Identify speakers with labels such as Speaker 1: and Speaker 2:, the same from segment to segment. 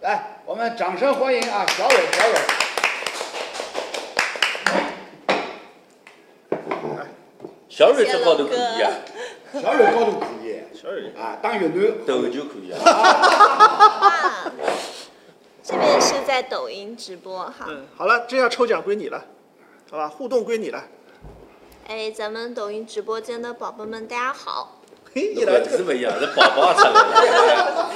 Speaker 1: 来，我们掌声欢迎啊，小伟，小伟。
Speaker 2: 小蕊这高头可以啊，
Speaker 1: 小蕊高度可以，
Speaker 2: 小蕊
Speaker 1: 啊，当乐队
Speaker 2: 抖就可以 啊。
Speaker 3: 哇，这边是在抖音直播哈。
Speaker 4: 嗯，好了，这样抽奖归你了，好吧？互动归你了。
Speaker 3: 哎，咱们抖音直播间的宝宝们，大家好，
Speaker 4: 嘿，一来
Speaker 2: 本
Speaker 4: 这
Speaker 2: 事
Speaker 4: 个
Speaker 2: 不一样，这宝宝出来了。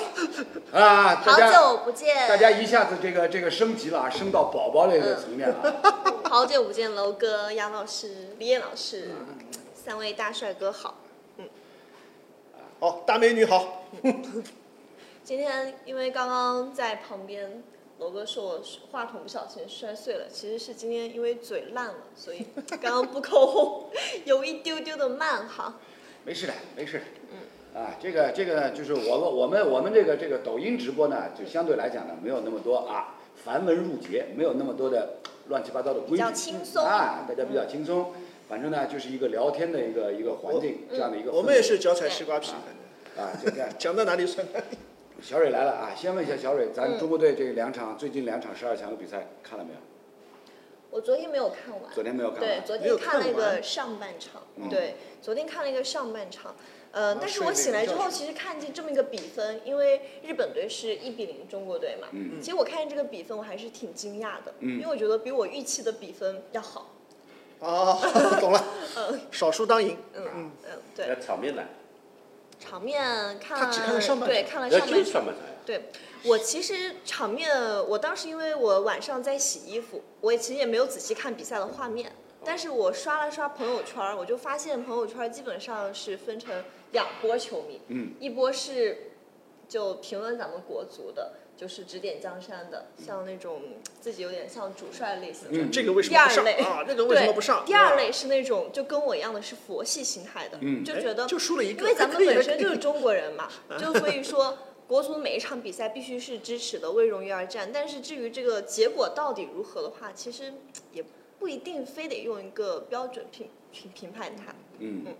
Speaker 1: 啊，大
Speaker 3: 好
Speaker 1: 家
Speaker 3: 久不见，
Speaker 1: 大家一下子这个这个升级了啊，升到宝宝这个层面了。
Speaker 3: 好久不见，楼哥、杨老师、李艳老师，三位大帅哥好。
Speaker 4: 好，大美女好，
Speaker 3: 今天因为刚刚在旁边，楼哥说我话筒不小心摔碎了，其实是今天因为嘴烂了，所以刚刚不口红 有一丢丢的慢哈。
Speaker 1: 没事的，没事的。啊，这个这个呢，就是我们我们我们这个这个抖音直播呢，就相对来讲呢，没有那么多啊繁文缛节，没有那么多的乱七八糟的规矩，
Speaker 3: 比较轻松
Speaker 1: 啊，大家比较轻松。反正呢，就是一个聊天的一个一个环境，这样的一个氛围。
Speaker 4: 嗯我们也是脚踩西瓜皮，
Speaker 1: 啊，就这样。
Speaker 4: 讲到哪里算哪 里。
Speaker 1: 小蕊来了啊，先问一下小蕊，
Speaker 3: 嗯
Speaker 1: 咱中国队这两场最近两场十二强的比赛看了没有？
Speaker 3: 我昨天没有看完，
Speaker 1: 昨天没有看完
Speaker 3: 对，昨
Speaker 4: 没有
Speaker 3: 天看了一
Speaker 4: 看
Speaker 3: 个
Speaker 4: 完
Speaker 3: 上半场，
Speaker 1: 嗯
Speaker 3: 对，昨天看了一个上半场。呃，
Speaker 1: 啊
Speaker 3: 但是
Speaker 1: 睡
Speaker 3: 我
Speaker 1: 了一
Speaker 3: 醒
Speaker 1: 个
Speaker 3: 来之
Speaker 1: 觉
Speaker 3: 后，其实看见这么一个比分，因为日本队是一比零中国队嘛，
Speaker 1: 嗯
Speaker 3: 其实我看见这个比分，我还是挺惊讶的，
Speaker 1: 嗯
Speaker 3: 因为我觉得比我预期的比分要好，
Speaker 4: 哦，懂了，少数当赢。
Speaker 3: 嗯嗯嗯，对。
Speaker 1: 呃
Speaker 2: 那场面呢？
Speaker 3: 场面看，
Speaker 4: 他只看了上半场
Speaker 3: 对，看了
Speaker 2: 那
Speaker 3: 上
Speaker 2: 就是
Speaker 3: 半
Speaker 2: 上
Speaker 3: 场。
Speaker 2: 半场呀。
Speaker 3: 对我其实场面，我当时因为我晚上在洗衣服，我也其实也没有仔细看比赛的画面，但是我刷了刷朋友圈儿，我就发现朋友圈儿基本上是分成两波球迷，
Speaker 1: 嗯，
Speaker 3: 一波是就评论咱们国足的，就是指点江山的，像那种自己有点像主帅类型的，
Speaker 1: 嗯
Speaker 4: 这个为什
Speaker 3: 第
Speaker 4: 么
Speaker 3: 二
Speaker 4: 不上
Speaker 3: 类
Speaker 4: 啊？那个为什么
Speaker 3: 对
Speaker 4: 不上？
Speaker 3: 第二类是那种就跟我一样的是佛系心态的，
Speaker 1: 嗯
Speaker 3: 就
Speaker 4: 哎
Speaker 3: 觉得
Speaker 4: 就输了一个
Speaker 3: 因为咱们
Speaker 4: 可以了
Speaker 3: 本身
Speaker 4: 可以
Speaker 3: 就是中国 人嘛，就所以说国足每一场比赛必须是支持的，为荣誉而战。但是至于这个结果到底如何的话，其实也不一定非得用一个标准评评评判它。
Speaker 1: 嗯
Speaker 3: 嗯，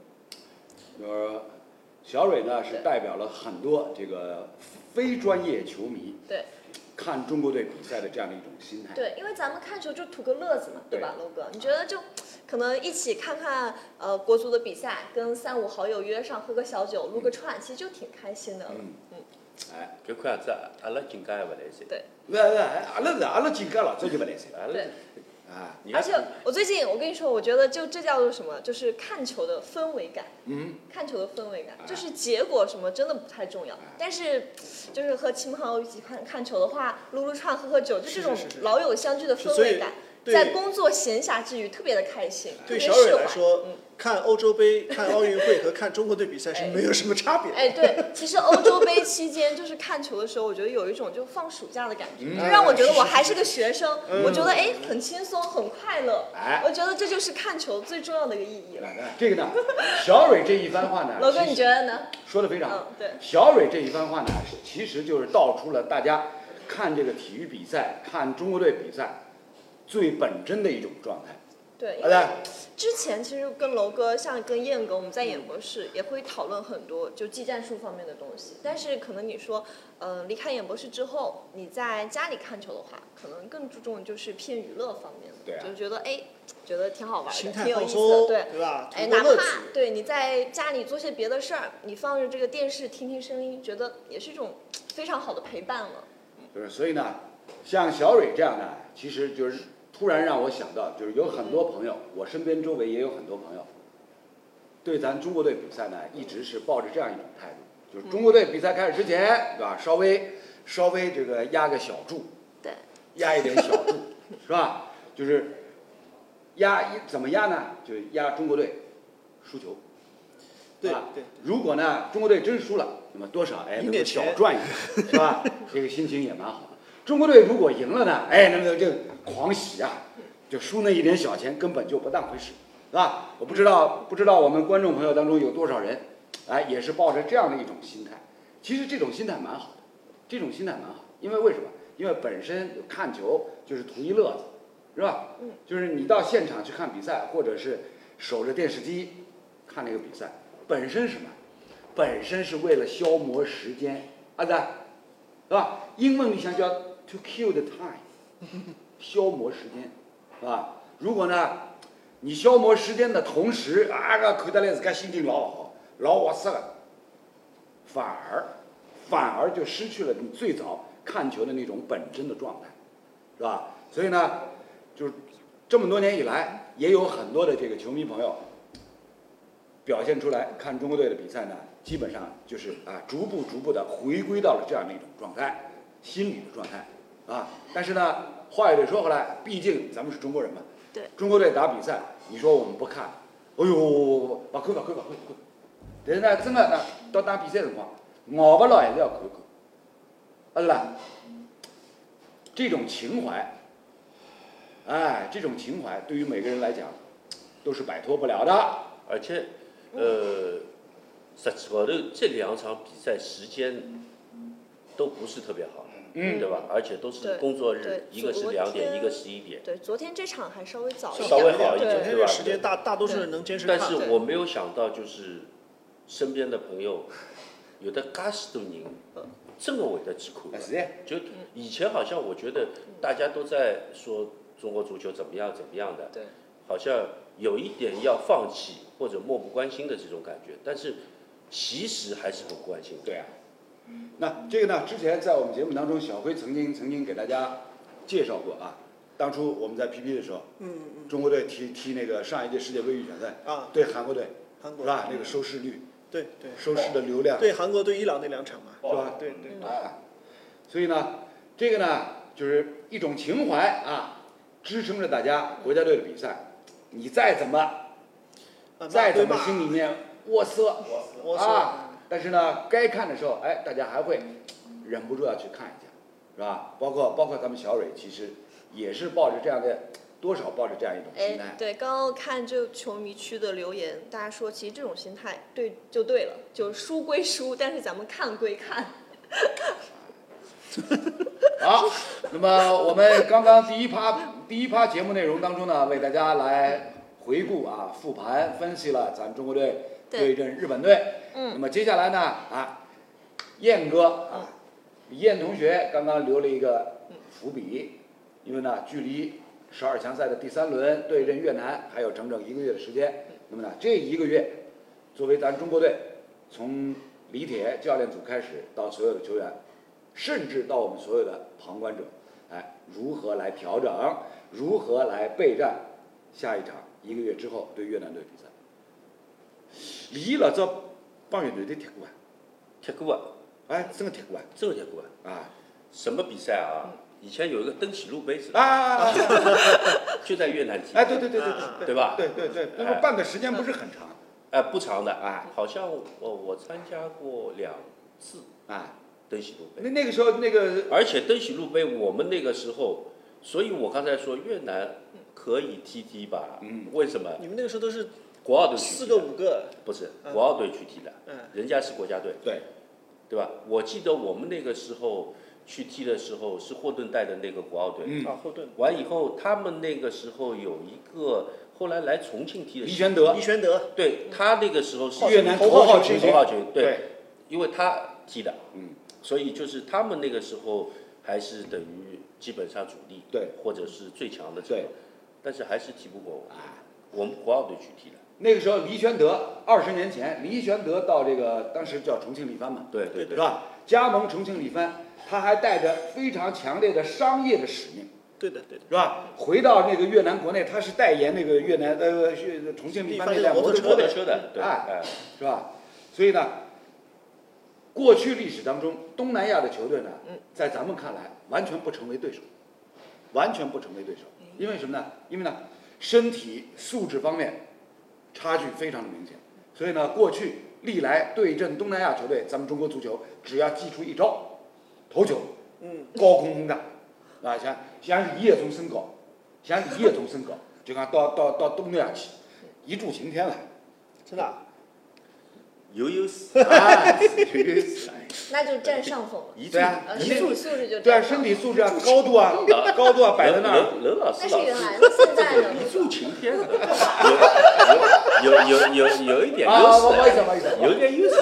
Speaker 1: 就是小蕊呢是
Speaker 3: 对
Speaker 1: 代表了很多这个非专业球迷
Speaker 3: 对
Speaker 1: 看中国队比赛的这样的一种心态。
Speaker 3: 对，因为咱们看球就图个乐子嘛，对吧，
Speaker 1: 对
Speaker 3: 楼哥？你觉得就可能一起看看呃国足的比赛，跟三五好友约上喝个小酒，撸个串，其实就挺开心的了。
Speaker 1: 嗯
Speaker 3: 嗯
Speaker 1: 哎，
Speaker 2: 搿块子啊阿拉晋江还勿来塞。
Speaker 3: 对。
Speaker 1: 不不，阿拉是阿拉几个老早就不来塞了
Speaker 2: 阿拉
Speaker 3: 对
Speaker 1: 啊。
Speaker 2: 你
Speaker 3: 而
Speaker 2: 看
Speaker 3: 且我最近，我跟你说，我觉得就这叫做什么，就是看球的氛围感，
Speaker 1: 嗯，
Speaker 3: 看球的氛围感
Speaker 1: 哎，
Speaker 3: 就是结果什么真的不太重要
Speaker 1: 哎，
Speaker 3: 但是就是和亲朋好友一起看看球的话，撸撸串、喝喝酒，就这种
Speaker 4: 是是是是
Speaker 3: 老友相聚的氛
Speaker 4: 所以
Speaker 3: 围感，
Speaker 4: 对
Speaker 3: 在工作闲暇之余特别的开心，特
Speaker 4: 对
Speaker 3: 别
Speaker 4: 小蕊
Speaker 3: 释怀
Speaker 4: 来。说
Speaker 3: 嗯，
Speaker 4: 看欧洲杯、看奥运会和看中国队比赛是没有什么差别的。
Speaker 3: 哎，对，其实欧洲杯期间就是看球的时候，我觉得有一种就放暑假的感觉，
Speaker 4: 嗯
Speaker 3: 就让我觉得我还是个学生，我觉得哎很轻松很快乐
Speaker 1: 哎，
Speaker 3: 我觉得这就是看球最重要的一个意义了。
Speaker 1: 来来，这个 呢，小蕊这一番话呢，
Speaker 3: 老哥，
Speaker 1: 其实
Speaker 3: 你觉得呢？
Speaker 1: 说的非常好
Speaker 3: 嗯。对
Speaker 1: 小蕊这一番话呢，其实就是道出了大家看这个体育比赛、看中国队比赛最本真的一种状态。
Speaker 3: 对，因
Speaker 1: 好
Speaker 3: 为
Speaker 1: 的，
Speaker 3: 之前其实跟楼哥，像跟燕哥，我们在演播室也会讨论很多就技战术方面的东西。但是可能你说，呃，离开演播室之后，你在家里看球的话，可能更注重就是偏娱乐方面的，
Speaker 1: 对啊
Speaker 3: 就是觉得哎，觉得挺好玩
Speaker 4: 心
Speaker 3: 的，
Speaker 4: 态
Speaker 3: 哎挺有
Speaker 4: 放
Speaker 3: 意思的，
Speaker 4: 松，
Speaker 3: 对。
Speaker 4: 对啊吧？
Speaker 3: 哎，
Speaker 4: 图个
Speaker 3: 哪
Speaker 4: 乐子。
Speaker 3: 怕对你在家里做些别的事儿，你放着这个电视听听声音，觉得也是一种非常好的陪伴了。
Speaker 1: 就是所以呢，像小蕊这样的，其实就是突然让我想到，就是有很多朋友，我身边周围也有很多朋友，对咱中国队比赛呢，一直是抱着这样一种态度，就是中国队比赛开始之前，对吧？稍微稍微这个压个小注，
Speaker 3: 对，
Speaker 1: 压一点小 注，是吧？就是压一怎么压呢？就压中国队输球。
Speaker 4: 对
Speaker 1: 是吧
Speaker 4: 对对
Speaker 1: 如果呢，中国队真输了，那么多少哎，
Speaker 4: 赢
Speaker 1: 能够
Speaker 4: 点
Speaker 1: 小
Speaker 4: 钱
Speaker 1: 赚一点，是吧？这个心情也蛮好。中国队如果赢了呢，哎，那么就狂喜啊，就输那一点小钱根本就不当回事，是吧？我不知道不知道我们观众朋友当中有多少人，哎，也是抱着这样的一种心态。其实这种心态蛮好的，这种心态蛮好，因为为什么？因为本身看球就是图一乐子，是吧？
Speaker 3: 嗯，
Speaker 1: 就是你到现场去看比赛，或者是守着电视机看那个比赛，本身是什么？本身是为了消磨时间，啊对，是吧？英文里向叫 to kill the time，消磨时间，是吧？如果呢，你消磨时间的同时，啊个看得来自家心情老勿好，老窝塞个，反而反而就失去了你最早看球的那种本真的状态，是吧？所以呢，就是这么多年以来，也有很多的这个球迷朋友表现出来，看中国队的比赛呢，基本上就是啊，逐步逐步的回归到了这样的一种状态，心理的状态啊。但是呢，话又得说回来，毕竟咱们是中国人嘛，
Speaker 3: 对，
Speaker 1: 中国队打比赛，你说我们不看，哎呦，勿看勿看勿看勿看。但是呢，真的呢，到打比赛辰光，咬不牢还是要看一看，啊是啦，这种情怀。哎，这种情怀对于每个人来讲，都是摆脱不了的。哎
Speaker 2: 而且，呃，实际高头这两场比赛时间都不是特别好，
Speaker 1: 嗯
Speaker 2: 对吧？而且都是
Speaker 3: 对
Speaker 2: 工作日
Speaker 3: 对，
Speaker 2: 一个是
Speaker 3: 昨
Speaker 2: 两点，
Speaker 3: 天
Speaker 2: 一个十一点。
Speaker 3: 对，昨天这场还稍微早一
Speaker 2: 稍
Speaker 4: 稍
Speaker 2: 微
Speaker 4: 微
Speaker 3: 点，
Speaker 2: 好
Speaker 4: 好
Speaker 2: 一
Speaker 4: 一
Speaker 2: 点
Speaker 4: 点，
Speaker 2: 对
Speaker 4: 这
Speaker 2: 吧
Speaker 4: 个时间大大多数人能坚持看
Speaker 2: 但
Speaker 4: 的。
Speaker 2: 是
Speaker 3: 对
Speaker 2: 我没有想到，就是身边的朋友，有的噶许多
Speaker 3: 嗯
Speaker 2: 人，真的会得去看
Speaker 1: 啊
Speaker 2: 的。
Speaker 1: 是的，
Speaker 2: 就以前好像我觉得大家都在说中国足球怎么样怎么样的，
Speaker 3: 对，
Speaker 2: 好像有一点要放弃或者漠不关心的这种感觉，但是其实还是很关心的。
Speaker 1: 对啊。那这个呢，之前在我们节目当中，小辉曾经曾经给大家介绍过啊。当初我们在 PP 的时候，
Speaker 4: 嗯嗯嗯，
Speaker 1: 中国队踢踢那个上一届世界杯预选赛
Speaker 4: 啊
Speaker 1: 对韩国队
Speaker 4: 韩国
Speaker 1: 是吧？那个收视率、
Speaker 4: 对对
Speaker 1: 收视的流量
Speaker 4: 对韩国对伊朗那两场嘛，
Speaker 1: 是吧？
Speaker 4: 对对
Speaker 3: 嗯
Speaker 1: 啊，所以呢，这个呢，就是一种情怀啊，支撑着大家国家队的比赛。你再怎么
Speaker 4: 啊，
Speaker 1: 再怎
Speaker 4: 骂
Speaker 1: 么
Speaker 4: 归骂
Speaker 1: 心里面窝塞，
Speaker 4: 我
Speaker 1: 啊
Speaker 4: 说，
Speaker 1: 但是呢，该看的时候，哎，大家还会忍不住要去看一下，是吧？包括包括咱们小蕊，其实也是抱着这样的，多少抱着这样一种心
Speaker 3: 哎
Speaker 1: 态，。
Speaker 3: 对，刚刚看就球迷区的留言，大家说其实这种心态对就对了，就输归输，但是咱们看归看，
Speaker 1: 好，那么我们刚刚第一趴第一趴节目内容当中呢，为大家来回顾啊，复盘分析了咱中国队
Speaker 3: 对
Speaker 1: 对阵日本队。那
Speaker 3: 嗯，
Speaker 1: 么接下来呢，啊，燕哥啊，燕同学刚刚留了一个伏笔，因为呢，距离十二强赛的第三轮对阵越南还有整整一个月的时间。那么呢，这一个月，作为咱中国队，从李铁教练组开始到所有的球员，甚至到我们所有的旁观者，哎，如何来调整，如何来备战下一场一个月之后对越南队比赛？李老早帮越南队踢过啊，
Speaker 2: 踢过啊，
Speaker 1: 哎，真的踢过啊，
Speaker 2: 真的踢过啊！
Speaker 1: 啊
Speaker 2: 什么比赛啊？以前有一个登喜路杯子，
Speaker 1: 啊！
Speaker 2: 就在越南踢，
Speaker 1: 哎，对对对对对，
Speaker 2: 对吧？
Speaker 1: 对对对，不过办的时间不是很长
Speaker 2: 哎，不长的，
Speaker 1: 哎
Speaker 2: 好像我我参加过两次
Speaker 1: 啊。
Speaker 2: 登喜路杯。
Speaker 1: 那那个时候那个
Speaker 2: 而且登喜路杯，我们那个时候，所以我刚才说越南可以踢踢吧？
Speaker 1: 嗯
Speaker 2: 为什么？
Speaker 4: 你们那个时候都是
Speaker 2: 国奥队去踢的
Speaker 4: 四个五个，
Speaker 2: 不是
Speaker 4: 嗯
Speaker 2: 国奥队去踢的，
Speaker 4: 嗯，
Speaker 2: 人家是国家队，
Speaker 1: 对
Speaker 2: 对吧？我记得我们那个时候去踢的时候是霍顿带的那个国奥队，
Speaker 1: 嗯
Speaker 4: 啊，后盾，
Speaker 2: 完以后他们那个时候有一个后来来重庆踢的
Speaker 1: 李，玄德
Speaker 4: 李玄德，
Speaker 2: 对他那个时候是
Speaker 1: 越南
Speaker 4: 头
Speaker 1: 号
Speaker 4: 号
Speaker 1: 球
Speaker 4: 球
Speaker 1: 星
Speaker 2: 头，号球星，对，
Speaker 1: 对
Speaker 2: 因为他踢的，
Speaker 1: 嗯，
Speaker 2: 所以就是他们那个时候还是等于基本上主力，
Speaker 1: 对，
Speaker 2: 或者是最强的这
Speaker 1: 对
Speaker 2: 种，但是还是踢不过我们，
Speaker 1: 啊。
Speaker 2: 我们国奥队去踢的，
Speaker 1: 那个时候黎玄德二十年前，黎玄德到这个当时叫重庆力帆嘛，
Speaker 2: 对
Speaker 4: 对
Speaker 1: 是
Speaker 2: 对，
Speaker 1: 吧？加盟重庆力帆，他还带着非常强烈的商业的使命，
Speaker 4: 对的对的，
Speaker 1: 是吧？回到那个越南国内，他是代言那个越南呃是重庆力帆那辆摩托
Speaker 2: 摩
Speaker 1: 车
Speaker 2: 托
Speaker 1: 的，
Speaker 2: 车的，对，
Speaker 1: 哎
Speaker 2: 哎，
Speaker 1: 是吧？所以呢，过去历史当中，东南亚的球队呢，在咱们看来完全不成为对手，完全不成为对手。因为什么呢？因为呢，身体素质方面差距非常的明显。所以呢，过去历来对阵东南亚球队，咱们中国足球只要祭出一招，头球，
Speaker 4: 嗯，
Speaker 1: 高空轰炸，啊，想想是一夜从升高，想是一夜从升高，就讲到到到东南亚去，一柱擎天了。
Speaker 4: 真的啊，
Speaker 2: 有优势，
Speaker 1: 哎，有意思哎
Speaker 3: 那就占上风了。
Speaker 2: 一
Speaker 1: 对啊
Speaker 3: 呃，
Speaker 1: 一
Speaker 3: 身
Speaker 1: 定
Speaker 3: 体素质 就
Speaker 1: 对啊，
Speaker 3: 占上
Speaker 1: 身
Speaker 3: 风
Speaker 1: 体素质啊，高度 啊，高度啊，摆在那儿。
Speaker 2: 娄老师
Speaker 3: 那
Speaker 2: 老
Speaker 3: 是
Speaker 2: 师
Speaker 3: 原来的，现在呢？
Speaker 2: 一柱擎天，啊有有有有有有一点
Speaker 1: 啊，不
Speaker 2: 优
Speaker 1: 好意
Speaker 2: 势，
Speaker 1: 思，不好意思，
Speaker 2: 有一点优势。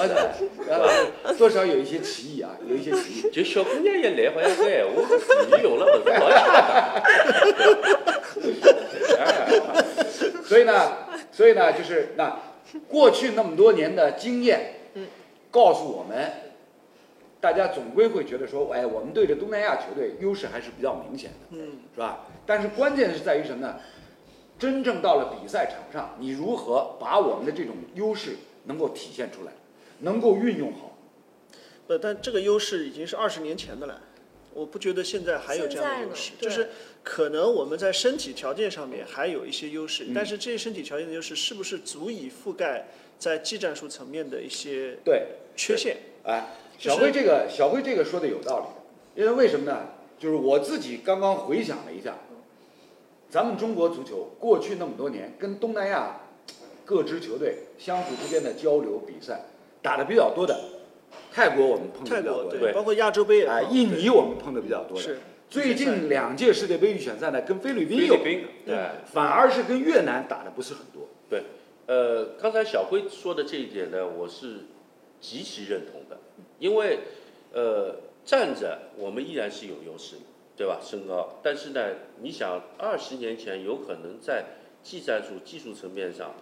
Speaker 1: 呃多少有一些歧义啊，有一些歧义。
Speaker 2: 就小姑娘一来，好像说闲话，女用了不是老恰 当。
Speaker 1: 所以呢，所以呢，就是那过去那么多年的经验，告诉我们，大家总归会觉得说，哎，我们对着东南亚球队优势还是比较明显的，
Speaker 4: 嗯，
Speaker 1: 是吧？但是关键是在于什么呢？真正到了比赛场上，你如何把我们的这种优势能够体现出来，能够运用好？
Speaker 4: 不，但这个优势已经是二十年前的了，我不觉得现在还有这样的优势
Speaker 3: 现在，呢对
Speaker 4: 就是可能我们在身体条件上面还有一些优
Speaker 1: 嗯
Speaker 4: 势，但是这些身体条件的优势是不是足以覆盖在技战术层面的一些
Speaker 1: 对，
Speaker 4: 缺陷？
Speaker 1: 哎，
Speaker 4: 就
Speaker 1: 小
Speaker 4: 是
Speaker 1: 辉这个小辉这个说的有道理，因为为什么呢？就是我自己刚刚回想了一下，咱们中国足球过去那么多年跟东南亚各支球队相互之间的交流比赛打的比较多的，泰国我们碰的
Speaker 4: 泰
Speaker 1: 比较
Speaker 4: 国
Speaker 1: 多的，
Speaker 2: 对
Speaker 4: 包括亚洲杯也
Speaker 1: 哎，
Speaker 4: 好
Speaker 1: 印尼我们碰的比较多的
Speaker 4: 是。
Speaker 1: 最近两届世界杯预选赛呢，跟菲律宾有，
Speaker 2: 宾，对。
Speaker 1: 反而是跟越南打的不是很多。
Speaker 2: 对，呃，刚才小辉说的这一点呢，我是极其认同的，因为呃，站着我们依然是有优势的，对吧？身高，但是呢，你想二十年前有可能在技战术、技术层面上，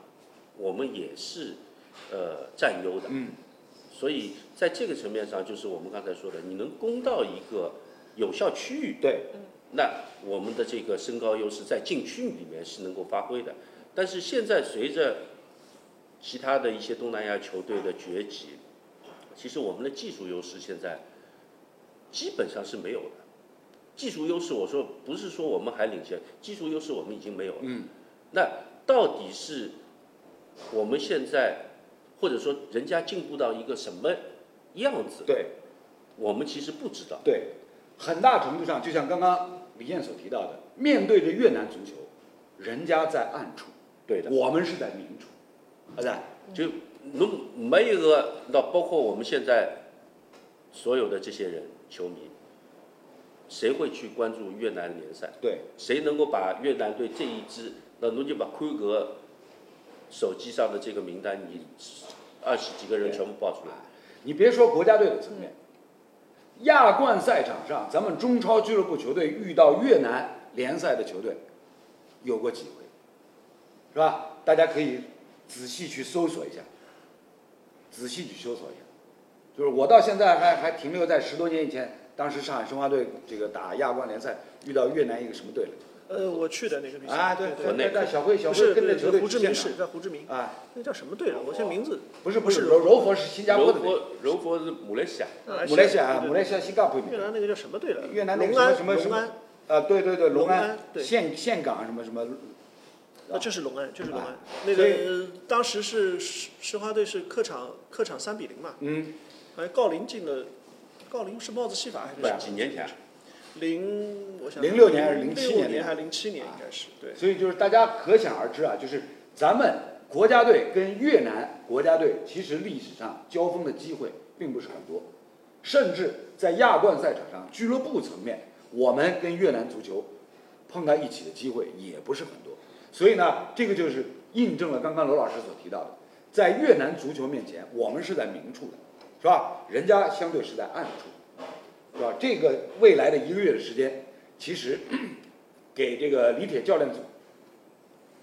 Speaker 2: 我们也是呃占优的，
Speaker 1: 嗯，
Speaker 2: 所以在这个层面上，就是我们刚才说的，你能攻到一个有效区域，
Speaker 1: 对，
Speaker 2: 那我们的这个身高优势在禁区里面是能够发挥的。但是现在随着其他的一些东南亚球队的崛起，其实我们的技术优势现在基本上是没有的。技术优势，我说不是说我们还领先，技术优势我们已经没有了。
Speaker 1: 嗯，
Speaker 2: 那到底是我们现在，或者说人家进步到一个什么样子，
Speaker 1: 对。
Speaker 2: 我们其实不知道。
Speaker 1: 对，很大程度上就像刚刚李燕所提到的，面对着越南足球，人家在暗处，
Speaker 2: 对的。
Speaker 1: 我们是在明处，啊对，
Speaker 2: 就侬没有一个，那包括我们现在所有的这些人球迷，谁会去关注越南联赛？
Speaker 1: 对，
Speaker 2: 谁能够把越南队这一支，那侬就把库格手机上的这个名单，你二十几个人全部报出来。
Speaker 1: 你别说国家队的层面，亚冠赛场上，咱们中超俱乐部球队遇到越南联赛的球队，有过几回，是吧？大家可以仔细去搜索一下，仔细去搜索一下。就是我到现在还还停留在十多年以前，当时上海申花队这个打亚冠联赛遇到越南一个什么队了？
Speaker 4: 呃，我去的那个比赛，
Speaker 1: 啊，对
Speaker 4: 对
Speaker 2: 国内
Speaker 1: 对对，小辉小
Speaker 4: 不
Speaker 1: 辉
Speaker 4: 是
Speaker 1: 跟着球队
Speaker 4: 胡
Speaker 1: 去
Speaker 4: 志
Speaker 1: 现
Speaker 4: 明
Speaker 1: 场
Speaker 4: 市，在胡志明，
Speaker 1: 啊，
Speaker 4: 那叫什么队了？我现在名字
Speaker 1: 不是不
Speaker 4: 不
Speaker 1: 是
Speaker 4: 是
Speaker 1: 柔柔佛是新加坡
Speaker 2: 柔
Speaker 1: 的队，
Speaker 2: 佛，柔佛是马来西亚，
Speaker 4: 马
Speaker 1: 马来西亚啊
Speaker 4: 对
Speaker 1: 马来西亚新加坡
Speaker 4: 越南那个叫什么队了？
Speaker 1: 越南那个
Speaker 4: 隆安
Speaker 1: 什么什么
Speaker 4: 隆安
Speaker 1: 啊，对对对，
Speaker 4: 隆
Speaker 1: 隆安
Speaker 4: 安对
Speaker 1: 岘岘港什么什么，
Speaker 4: 啊，这是隆安，这是隆安。
Speaker 1: 啊
Speaker 4: 那
Speaker 1: 所
Speaker 4: 个
Speaker 1: 以
Speaker 4: 呃当时是申申花队是客场客场三比零嘛，
Speaker 1: 嗯，
Speaker 4: 好像郜林进了，郜林是帽子戏法还是
Speaker 1: 对
Speaker 4: 什
Speaker 1: 啊
Speaker 4: 么？
Speaker 2: 几年前，
Speaker 4: 零我想
Speaker 1: 06年还是
Speaker 4: 零
Speaker 1: 07
Speaker 4: 六
Speaker 1: 年啊
Speaker 4: 年还是零七年应该是对。
Speaker 1: 所以就是大家可想而知啊，就是咱们国家队跟越南国家队其实历史上交锋的机会并不是很多，甚至在亚冠赛场上俱乐部层面，我们跟越南足球碰到一起的机会也不是很多，所以呢，这个就是印证了刚刚罗老师所提到的，在越南足球面前，我们是在明处的，是吧？人家相对是在暗处，是吧？这个未来的一个月的时间，其实给这个李铁教练组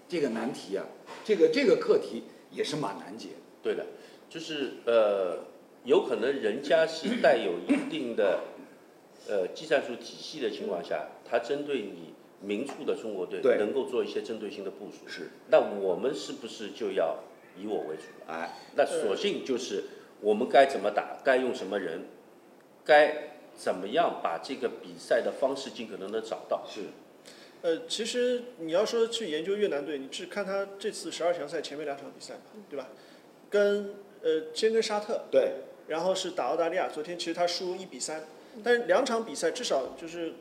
Speaker 1: 这个难题啊，这个这个课题也是蛮难解的。
Speaker 2: 对的，就是呃，有可能人家是带有一定的呃技战术体系的情况下，他针对你明处的中国队
Speaker 1: 对
Speaker 2: 能够做一些针对性的部署。
Speaker 1: 是，
Speaker 2: 那我们是不是就要以我为主了？
Speaker 1: 哎，
Speaker 2: 那索性就是我们该怎么打，该用什么人，该怎么样把这个比赛的方式尽可能的找到。
Speaker 1: 是
Speaker 4: 呃，其实你要说去研究越南队，你只看他这次十二强赛前面两场比赛吧，对吧？跟呃先跟沙特，
Speaker 1: 对，
Speaker 4: 然后是打澳大利亚，昨天其实他输一比三，但是两场比赛至少就是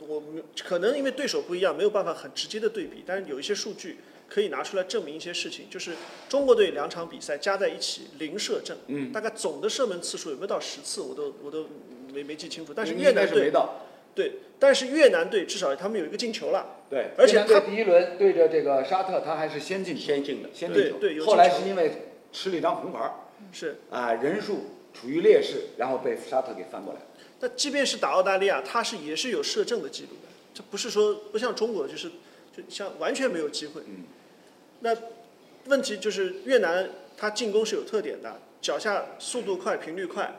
Speaker 4: 我们可能因为对手不一样，没有办法很直接的对比，但是有一些数据，可以拿出来证明一些事情，就是中国队两场比赛加在一起零射正，
Speaker 1: 嗯，
Speaker 4: 大概总的射门次数有没有到十次，我都我都没没记清楚。但是
Speaker 1: 应
Speaker 4: 越
Speaker 1: 该
Speaker 4: 南
Speaker 1: 是没
Speaker 4: 队
Speaker 1: 到，
Speaker 4: 对，但是越南队至少他们有一个进球了，
Speaker 1: 对，
Speaker 4: 而且
Speaker 1: 越南队
Speaker 4: 他
Speaker 1: 第一轮对着这个沙特，他还是先进球，
Speaker 2: 先进的，
Speaker 1: 先
Speaker 4: 对
Speaker 1: 进
Speaker 4: 对有
Speaker 1: 球，后来
Speaker 4: 进球
Speaker 1: 是因为吃了一张红牌儿，
Speaker 4: 是。
Speaker 1: 啊、人数处于劣势，然后被沙特给翻过来了。
Speaker 4: 那即便是打澳大利亚，他是也是有射正的记录的，这不是说不像中国就是就像完全没有机会。
Speaker 1: 嗯，
Speaker 4: 那问题就是越南他进攻是有特点的，脚下速度快，频率快，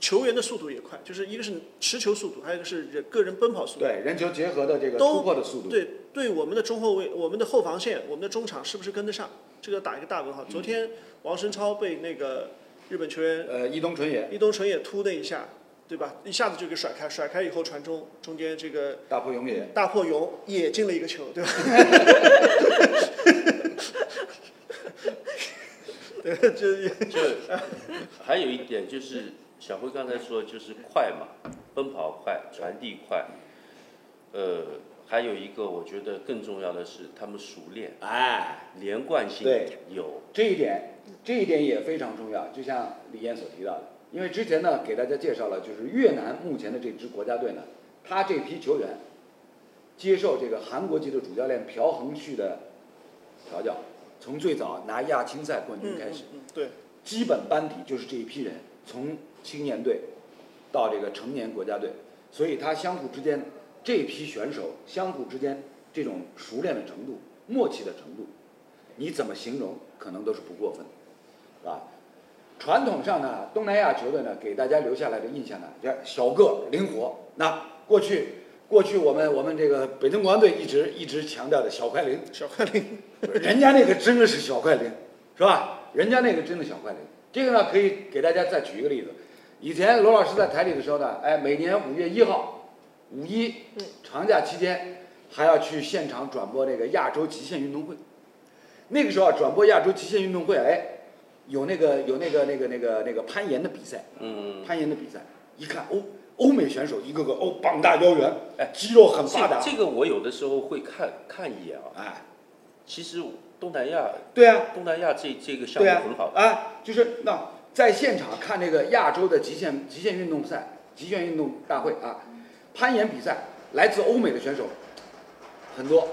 Speaker 4: 球员的速度也快，就是一个是持球速度，还有一个是人个人奔跑速度。
Speaker 1: 对，人球结合的这个
Speaker 4: 都
Speaker 1: 突破的速度，
Speaker 4: 对对，我们的中后卫、我们的后防线、我们的中场是不是跟得上？这个打一个大问号。
Speaker 1: 嗯
Speaker 4: 昨天王申超被那个日本球员
Speaker 1: 呃，伊东纯也
Speaker 4: 伊东纯也突那一下，对吧？一下子就给甩开，甩开以后传中，中间这个
Speaker 1: 大破勇也，
Speaker 4: 大破勇也进了一个球，对吧？ 对，这也
Speaker 2: 就还有一点就是小辉刚才说就是快嘛，奔跑快，传递快，呃，还有一个我觉得更重要的是他们熟练，
Speaker 1: 哎，
Speaker 2: 连贯性
Speaker 1: 对
Speaker 2: 有，
Speaker 1: 这一点，这一点也非常重要。就像李燕所提到的，因为之前呢给大家介绍了，就是越南目前的这支国家队呢，他这批球员接受这个韩国籍的主教练朴恒旭的调教，从最早拿亚青赛冠军
Speaker 4: 嗯
Speaker 1: 开始，，
Speaker 4: 嗯嗯对，
Speaker 1: 基本班底就是这一批人，从青年队到这个成年国家队，所以他相互之间这一批选手相互之间这种熟练的程度、默契的程度，你怎么形容可能都是不过分的，是吧？传统上呢，东南亚球队呢给大家留下来的印象呢，这小个儿灵活。那过去过去我们我们这个北京国安队一直一直强调的小快灵，
Speaker 4: 小快灵，
Speaker 1: 人家那个真的是小快灵，是吧？人家那个真的小快灵。这个呢，可以给大家再举一个例子。以前罗老师在台里的时候呢，哎，每年五月一号、五一
Speaker 3: 嗯
Speaker 1: 长假期间，还要去现场转播那个亚洲极限运动会。那个时候啊，转播亚洲极限运动会，哎，有那个有那个那个那个那个攀岩的比赛，
Speaker 2: 嗯，
Speaker 1: 攀岩的比赛，一看欧欧美选手一个个哦，膀大腰圆，哎，肌肉很发达
Speaker 2: 这，这个我有的时候会看看一眼啊，
Speaker 1: 哎，
Speaker 2: 其实东南亚
Speaker 1: 对啊，
Speaker 2: 东南亚这这个项
Speaker 1: 对
Speaker 2: 目
Speaker 1: 啊，
Speaker 2: 很好的，
Speaker 1: 啊，就是那在现场看这个亚洲的极限极限运动赛、极限运动大会啊，攀岩比赛，来自欧美的选手很多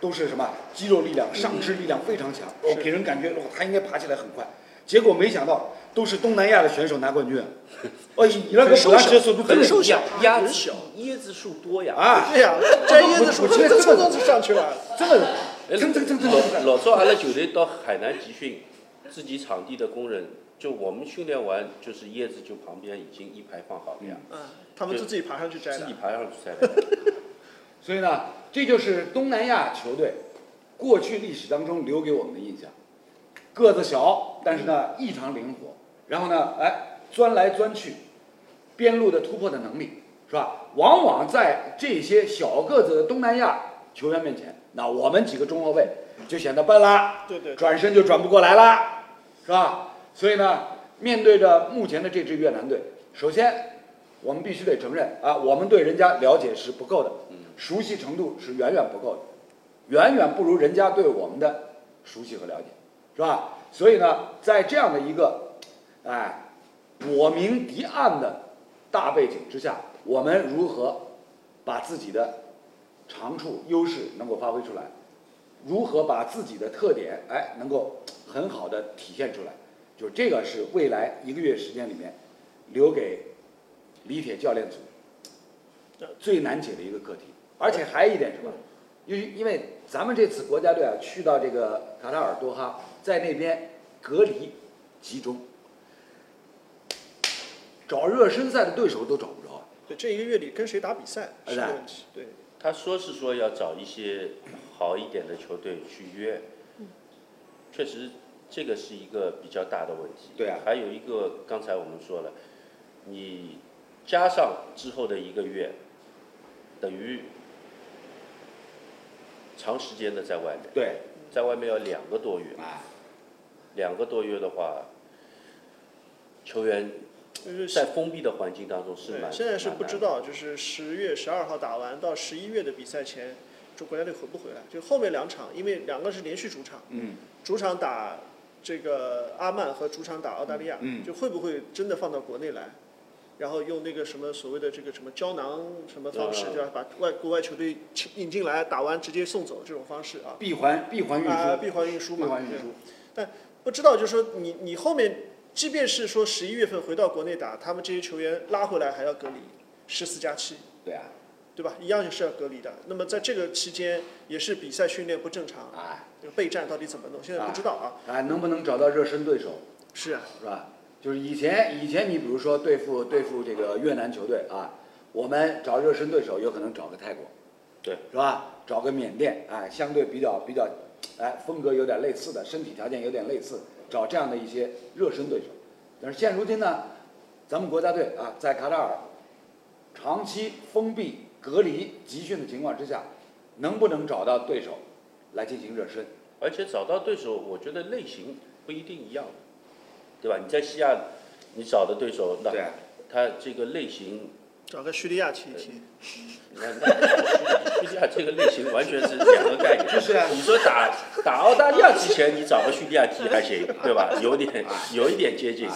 Speaker 1: 都是什么肌肉力量、上肢力量非常强，
Speaker 2: 嗯
Speaker 1: 哦，
Speaker 4: 是
Speaker 1: 给人感觉哦，他应该爬起来很快。结果没想到都是东南亚的选手拿 冠军，哦，你那个
Speaker 4: 很瘦
Speaker 1: 补篮
Speaker 4: 小
Speaker 1: 球速度真
Speaker 2: 很
Speaker 1: 的不
Speaker 2: 瘦
Speaker 1: 一样
Speaker 2: 小，鸭
Speaker 4: 很
Speaker 2: 子
Speaker 4: 小
Speaker 2: 椰子树多呀，
Speaker 1: 嗯啊，
Speaker 4: 对呀，摘椰子树，
Speaker 1: 我
Speaker 4: 他
Speaker 1: 觉得
Speaker 4: 们蹭
Speaker 1: 这个
Speaker 4: 蹭蹭就上去了。
Speaker 1: 真的，
Speaker 2: 哎
Speaker 1: 真真真真
Speaker 2: 老
Speaker 1: 真，
Speaker 2: 老早阿拉球队到海南集训，自己场地的工人，就我们训练完，就是叶子就旁边已经一排放好了呀，
Speaker 4: 嗯，他们就自己爬上去摘
Speaker 2: 自
Speaker 4: 的
Speaker 2: 己。爬上去才来。
Speaker 1: 所以呢，这就是东南亚球队过去历史当中留给我们的印象，个子小，但是呢异常灵活，然后呢，哎，钻来钻去，边路的突破的能力是吧？往往在这些小个子的东南亚球员面前，那我们几个中后卫就显得笨啦，
Speaker 4: 对对，
Speaker 1: 转身就转不过来啦，是吧？所以呢，面对着目前的这支越南队，首先我们必须得承认啊，我们对人家了解是不够的，
Speaker 4: 嗯
Speaker 1: 熟悉程度是远远不够的，远远不如人家对我们的熟悉和了解，是吧？所以呢，在这样的一个哎我明敌暗的大背景之下，我们如何把自己的长处、优势能够发挥出来？如何把自己的特点哎能够很好的体现出来，就是这个是未来一个月时间里面留给李铁教练组最难解的一个课题。而且还有一点什么？因为因为咱们这次国家队啊去到这个卡塔尔多哈，在那边隔离集中，找热身赛的对手都找不着。
Speaker 4: 对，这一个月里跟谁打比赛是个问题。对，
Speaker 2: 他说是说要找一些好一点的球队去约，确实这个是一个比较大的问题。
Speaker 1: 对啊
Speaker 2: 还有一个刚才我们说了，你加上之后的一个月，等于长时间的在外面，
Speaker 1: 对，
Speaker 2: 在外面要两个多月，
Speaker 1: 哎，
Speaker 4: 啊
Speaker 2: 两个多月的话，球员
Speaker 4: 就是
Speaker 2: 在封闭的环境当中是
Speaker 4: 对
Speaker 2: 蛮
Speaker 4: 现在是
Speaker 2: 蛮
Speaker 4: 不知
Speaker 2: 难的
Speaker 4: 道，就是十月十二号打完到十一月的比赛前，就国家队回不回来。就后面两场，因为两个是连续主场，
Speaker 1: 嗯，
Speaker 4: 主场打这个阿曼和主场打澳大利亚，
Speaker 1: 嗯
Speaker 4: 就会不会真的放到国内来，然后用那个什么所谓的这个什么胶囊什么方式，
Speaker 2: 啊
Speaker 4: 对吧？把外国外球队请引进来，打完直接送走这种方式啊，
Speaker 1: 闭环闭环运
Speaker 4: 啊，
Speaker 1: 输，
Speaker 4: 闭环运输
Speaker 1: 闭
Speaker 4: 嘛，
Speaker 1: 环运
Speaker 4: 对
Speaker 1: 输，
Speaker 4: 不知道，就是说你你后面，即便是说十一月份回到国内打，他们这些球员拉回来还要隔离十四加七，
Speaker 1: 对啊，
Speaker 4: 对吧？一样也是要隔离的。那么在这个期间，也是比赛训练不正常，
Speaker 1: 哎，
Speaker 4: 这个备战到底怎么弄，现在不知道啊。
Speaker 1: 哎，能不能找到热身对手？
Speaker 4: 是啊，
Speaker 1: 是吧？就是以前以前你比如说对付对付这个越南球队啊，我们找热身对手有可能找个泰国，
Speaker 2: 对，
Speaker 1: 是吧？找个缅甸，哎，相对比较比较，哎，风格有点类似的，身体条件有点类似，找这样的一些热身对手。但是现如今呢，咱们国家队啊，在卡塔尔长期封闭隔离集训的情况之下，能不能找到对手来进行热身？
Speaker 2: 而且找到对手，我觉得类型不一定一样，对吧？你在西亚，你找的对手，那
Speaker 1: 对，
Speaker 2: 他这个类型，
Speaker 4: 找个叙利亚踢一踢，
Speaker 2: 那那叙利亚这个类型完全是两个概念。
Speaker 1: 就是啊
Speaker 2: 你说打打澳大利亚之前，你找个叙利亚踢还行，对吧？有点有一点接近。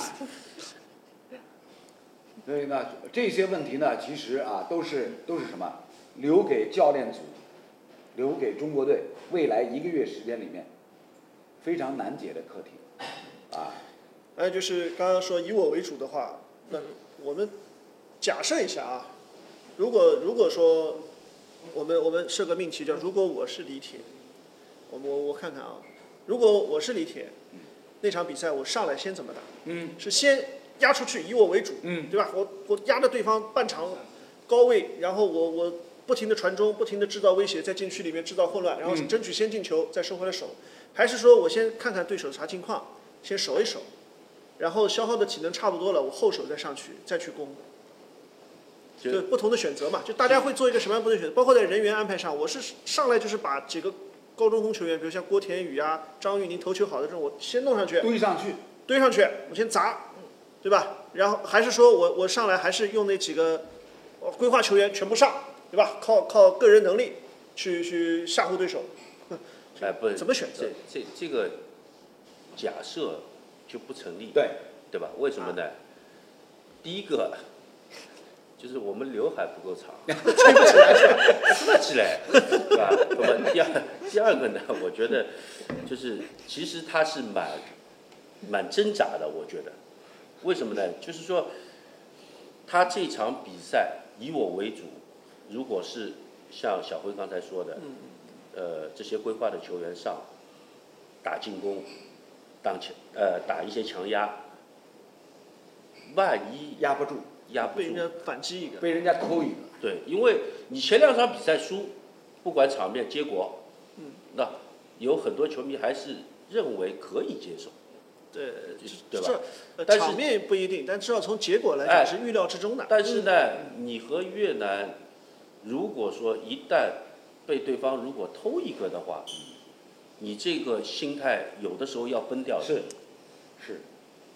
Speaker 1: 所以呢，这些问题呢，其实啊，都是都是什么？留给教练组，留给中国队未来一个月时间里面非常难解的课题，啊，
Speaker 4: 还有哎就是刚刚说以我为主的话，那我们假设一下啊，如果如果说我们我们设个命题叫如果我是李铁，我我我看看啊，如果我是李铁，那场比赛我上来先怎么打？
Speaker 1: 嗯
Speaker 4: 是先压出去以我为主，
Speaker 1: 嗯
Speaker 4: 对吧？我我压着对方半场高位，然后我我不停的传中，不停的制造威胁，在禁区里面制造混乱，然后
Speaker 1: 嗯
Speaker 4: 争取先进球，再收回来守，还是说我先看看对手啥情况，先守一守，然后消耗的体能差不多了，我后手再上去再去攻。
Speaker 2: 就
Speaker 4: 就不同的选择嘛，就大家会做一个什么样不同的选择，包括在人员安排上，我是上来就是把几个高中锋球员，比如像郭田雨啊、张玉宁头球好的这种，我先弄上去，
Speaker 1: 堆上去，
Speaker 4: 堆上去，我先砸，对吧？然后还是说我我上来还是用那几个呃规划球员全部上，对吧？靠靠个人能力去去吓唬对手，
Speaker 2: 哎，不，
Speaker 4: 怎么选择
Speaker 2: 这这这个假设就不成立，
Speaker 1: 对，
Speaker 2: 对吧？为什么呢？第一个就是我们刘海不够长，
Speaker 4: 吹不起来是吧？
Speaker 2: 竖起来，对吧？那么第二第二个呢，我觉得就是其实他是蛮蛮挣扎的，我觉得为什么呢？就是说他这场比赛以我为主，如果是像小辉刚才说的，呃，这些规划的球员上打进攻，当强呃打一些强压，万一
Speaker 1: 压不住，
Speaker 2: 压不
Speaker 4: 被
Speaker 2: 住
Speaker 4: 人，家反击一个，
Speaker 1: 被人家抠一个，
Speaker 2: 对，因为你前两场比赛输，不管场面结果，嗯，那有很多球迷还是认为可以接受，
Speaker 4: 对
Speaker 2: 对吧
Speaker 4: 这呃
Speaker 2: 但是
Speaker 4: 场面不一定，但至少从结果来
Speaker 2: 哎
Speaker 4: 讲是预料之中的。
Speaker 2: 但是呢，
Speaker 1: 嗯
Speaker 2: 你和越南，如果说一旦被对方如果偷一个的话，
Speaker 1: 嗯
Speaker 2: 你这个心态有的时候要崩掉的。
Speaker 1: 是是，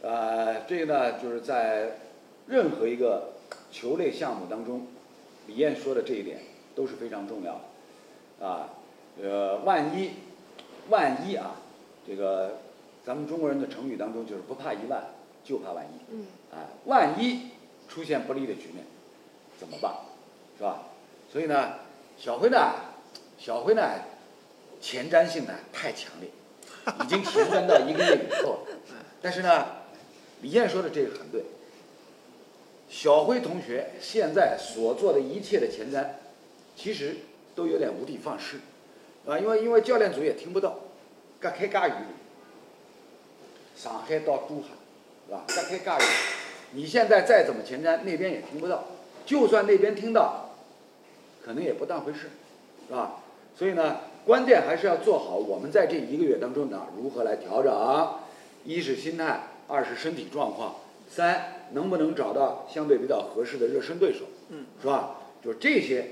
Speaker 1: 呃，这个呢，就是在任何一个球类项目当中，李艳说的这一点都是非常重要的，啊，呃，万一万一啊，这个咱们中国人的成语当中就是不怕一万，就怕万一。
Speaker 3: 嗯，
Speaker 1: 啊，万一出现不利的局面，怎么办？是吧？所以呢，小辉呢，小辉呢，前瞻性呢太强烈，已经前瞻到一个月以后了。但是呢，李艳说的这个很对。小辉同学现在所做的一切的前瞻，其实都有点无的放矢，啊，因为因为教练组也听不到，嘎开嘎语，上海到珠海，是吧？嘎开嘎语，你现在再怎么前瞻，那边也听不到，就算那边听到，可能也不当回事，是吧？所以呢，关键还是要做好我们在这一个月当中呢，如何来调整，一是心态，二是身体状况，三能不能找到相对比较合适的热身对手，
Speaker 4: 嗯，
Speaker 1: 是吧？就是这些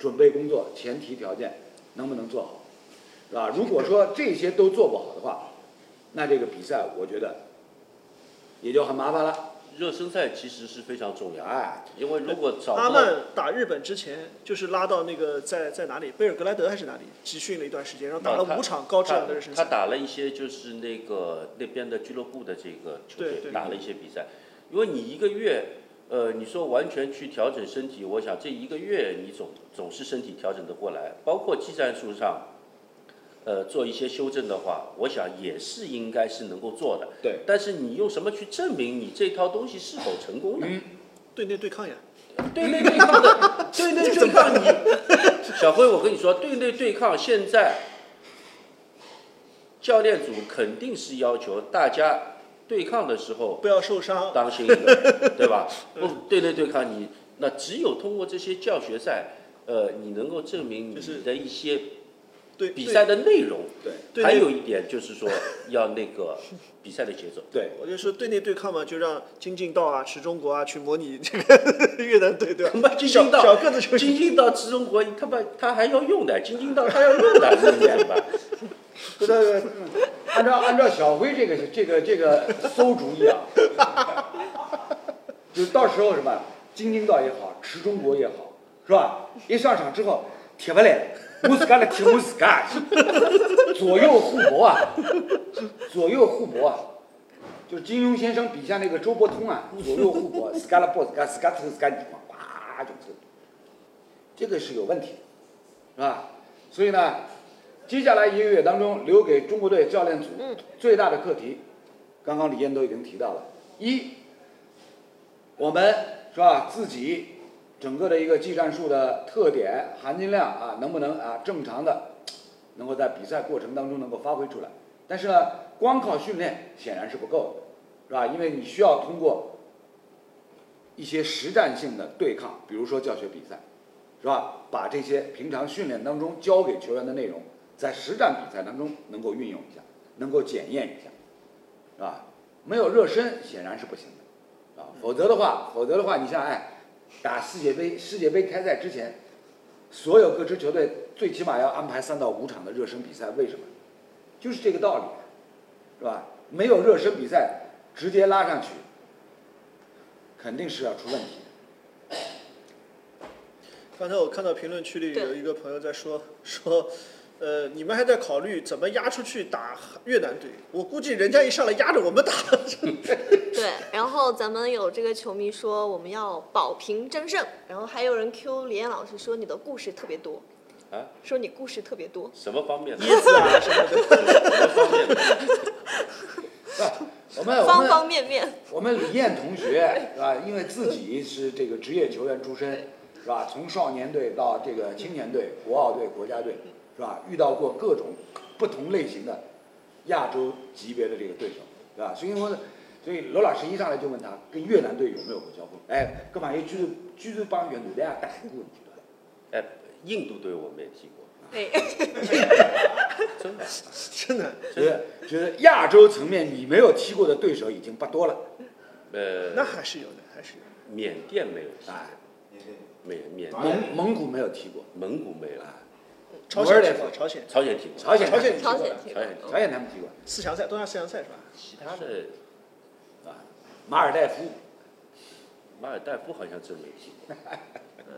Speaker 1: 准备工作前提条件能不能做好，是吧？如果说这些都做不好的话，那这个比赛我觉得也就很麻烦了。
Speaker 2: 热身赛其实是非常重要，
Speaker 1: 哎，
Speaker 2: 因为如果找
Speaker 4: 阿
Speaker 2: 到
Speaker 4: 曼打日本之前，就是拉到那个在在哪里，贝尔格莱德还是哪里集训了一段时间，然后打
Speaker 2: 啊他
Speaker 4: 呃了五场高质量的热身
Speaker 2: 他
Speaker 4: 赛。
Speaker 2: 打了一些就是那个那边的俱乐部的这个球
Speaker 4: 对
Speaker 2: 队
Speaker 4: 对
Speaker 2: 打了一些比赛，因为你一个月，呃，你说完全去调整身体，我想这一个月你总总是身体调整得过来，包括技战术上，呃，做一些修正的话，我想也是应该是能够做的。
Speaker 1: 对，
Speaker 2: 但是你用什么去证明你这套东西是否成功呢？
Speaker 4: 对内对抗呀，
Speaker 2: 对内对抗的，对内对抗你，小辉，我跟你说，对内对抗现在，教练组肯定是要求大家对抗的时候
Speaker 4: 不要受伤。
Speaker 2: 当心一点，对吧？不，对内对抗你，那只有通过这些教学赛，呃，你能够证明
Speaker 4: 就是
Speaker 2: 你的一些
Speaker 4: 对
Speaker 2: 比赛，的内容。
Speaker 1: 对
Speaker 4: 对
Speaker 2: 还
Speaker 4: 内
Speaker 2: 有一点就是说，要那个比赛的节奏。
Speaker 1: 对
Speaker 4: 对，我就说对内对抗嘛，就让金敬道啊、池中国啊去模拟这个 越南队，对吧？
Speaker 2: 他妈金
Speaker 4: 小
Speaker 2: 金道
Speaker 4: 小个子球
Speaker 2: 金
Speaker 4: 员，
Speaker 2: 金道池中国，他妈他还要用的，金金道他要用的，你明白吧？
Speaker 1: 对对对，按照按照小辉这个这个这个馊主意啊，就到时候什么京津道也好，池中国也好，是吧？一上场之后，铁不来，我自家来踢我自家，左右互搏啊，左右互搏啊。就是金庸先生笔下那个周伯通啊，左右互搏，自家来搏自家，自家抽自家地方，哇就抽，这个是有问题的，是吧？所以呢，接下来一个月当中，留给中国队教练组最大的课题，刚刚李燕都已经提到了，一，我们是吧，自己整个的一个技战术的特点、含金量啊，能不能啊正常的能够在比赛过程当中能够发挥出来？但是呢，光靠训练显然是不够的，是吧？因为你需要通过一些实战性的对抗，比如说教学比赛，是吧？把这些平常训练当中教给球员的内容，在实战比赛当中能够运用一下，能够检验一下，是吧？没有热身显然是不行的，啊，否则的话，否则的话，你像哎，打世界杯世界杯开赛之前，所有各支球队最起码要安排三到五场的热身比赛，为什么？就是这个道理，啊是吧？没有热身比赛直接拉上去，肯定是要出问题的。
Speaker 4: 刚才我看到评论区里
Speaker 3: 对
Speaker 4: 有一个朋友在说说，呃，你们还在考虑怎么压出去打越南队？我估计人家一上来压着我们打，
Speaker 3: 对，然后咱们有这个球迷说我们要保平争胜，然后还有人 Q 李岩老师说你的故事特别多，
Speaker 2: 啊，
Speaker 3: 说你故事特别多，
Speaker 2: 什么方面的？
Speaker 4: 椰子啊什么的。
Speaker 2: 什么方面的？
Speaker 1: 我们哎我
Speaker 3: 方
Speaker 1: 们
Speaker 3: 方面面。
Speaker 1: 我们李艳同学是吧？因为自己是这个职业球员出身，是吧？从少年队到这个青年队、国奥队、国家队，是吧？遇到过各种不同类型的亚洲级别的这个对手，是吧？所以我，所以罗老师一上来就问他跟越南队有没有过交锋？哎，搿朋友居然居然帮越南队啊打过，你知道吧？
Speaker 2: 哎，印度队我们也踢过，
Speaker 3: 对，
Speaker 2: 真的。
Speaker 4: 真的，
Speaker 1: 觉得觉得亚洲层面你没有踢过的对手已经不多了，
Speaker 4: 那
Speaker 2: 呃，
Speaker 4: 还是有的，还是有的。
Speaker 2: 缅甸没有踢，
Speaker 1: 哎，
Speaker 2: 缅缅甸、
Speaker 1: 蒙蒙古没有踢过，
Speaker 2: 蒙古没有，
Speaker 1: 哎，
Speaker 4: 朝
Speaker 1: 摩尔
Speaker 4: 鲜
Speaker 1: 代
Speaker 4: 是吧
Speaker 1: 夫
Speaker 4: 朝鲜
Speaker 2: 朝鲜踢过，
Speaker 1: 朝鲜
Speaker 4: 朝鲜
Speaker 3: 朝鲜踢
Speaker 2: 朝鲜
Speaker 1: 朝鲜他们踢过，
Speaker 4: 四强赛，东亚四强赛是吧？
Speaker 2: 其他的
Speaker 1: 啊，马尔代夫。
Speaker 2: 马尔代夫好像真没踢 过。呃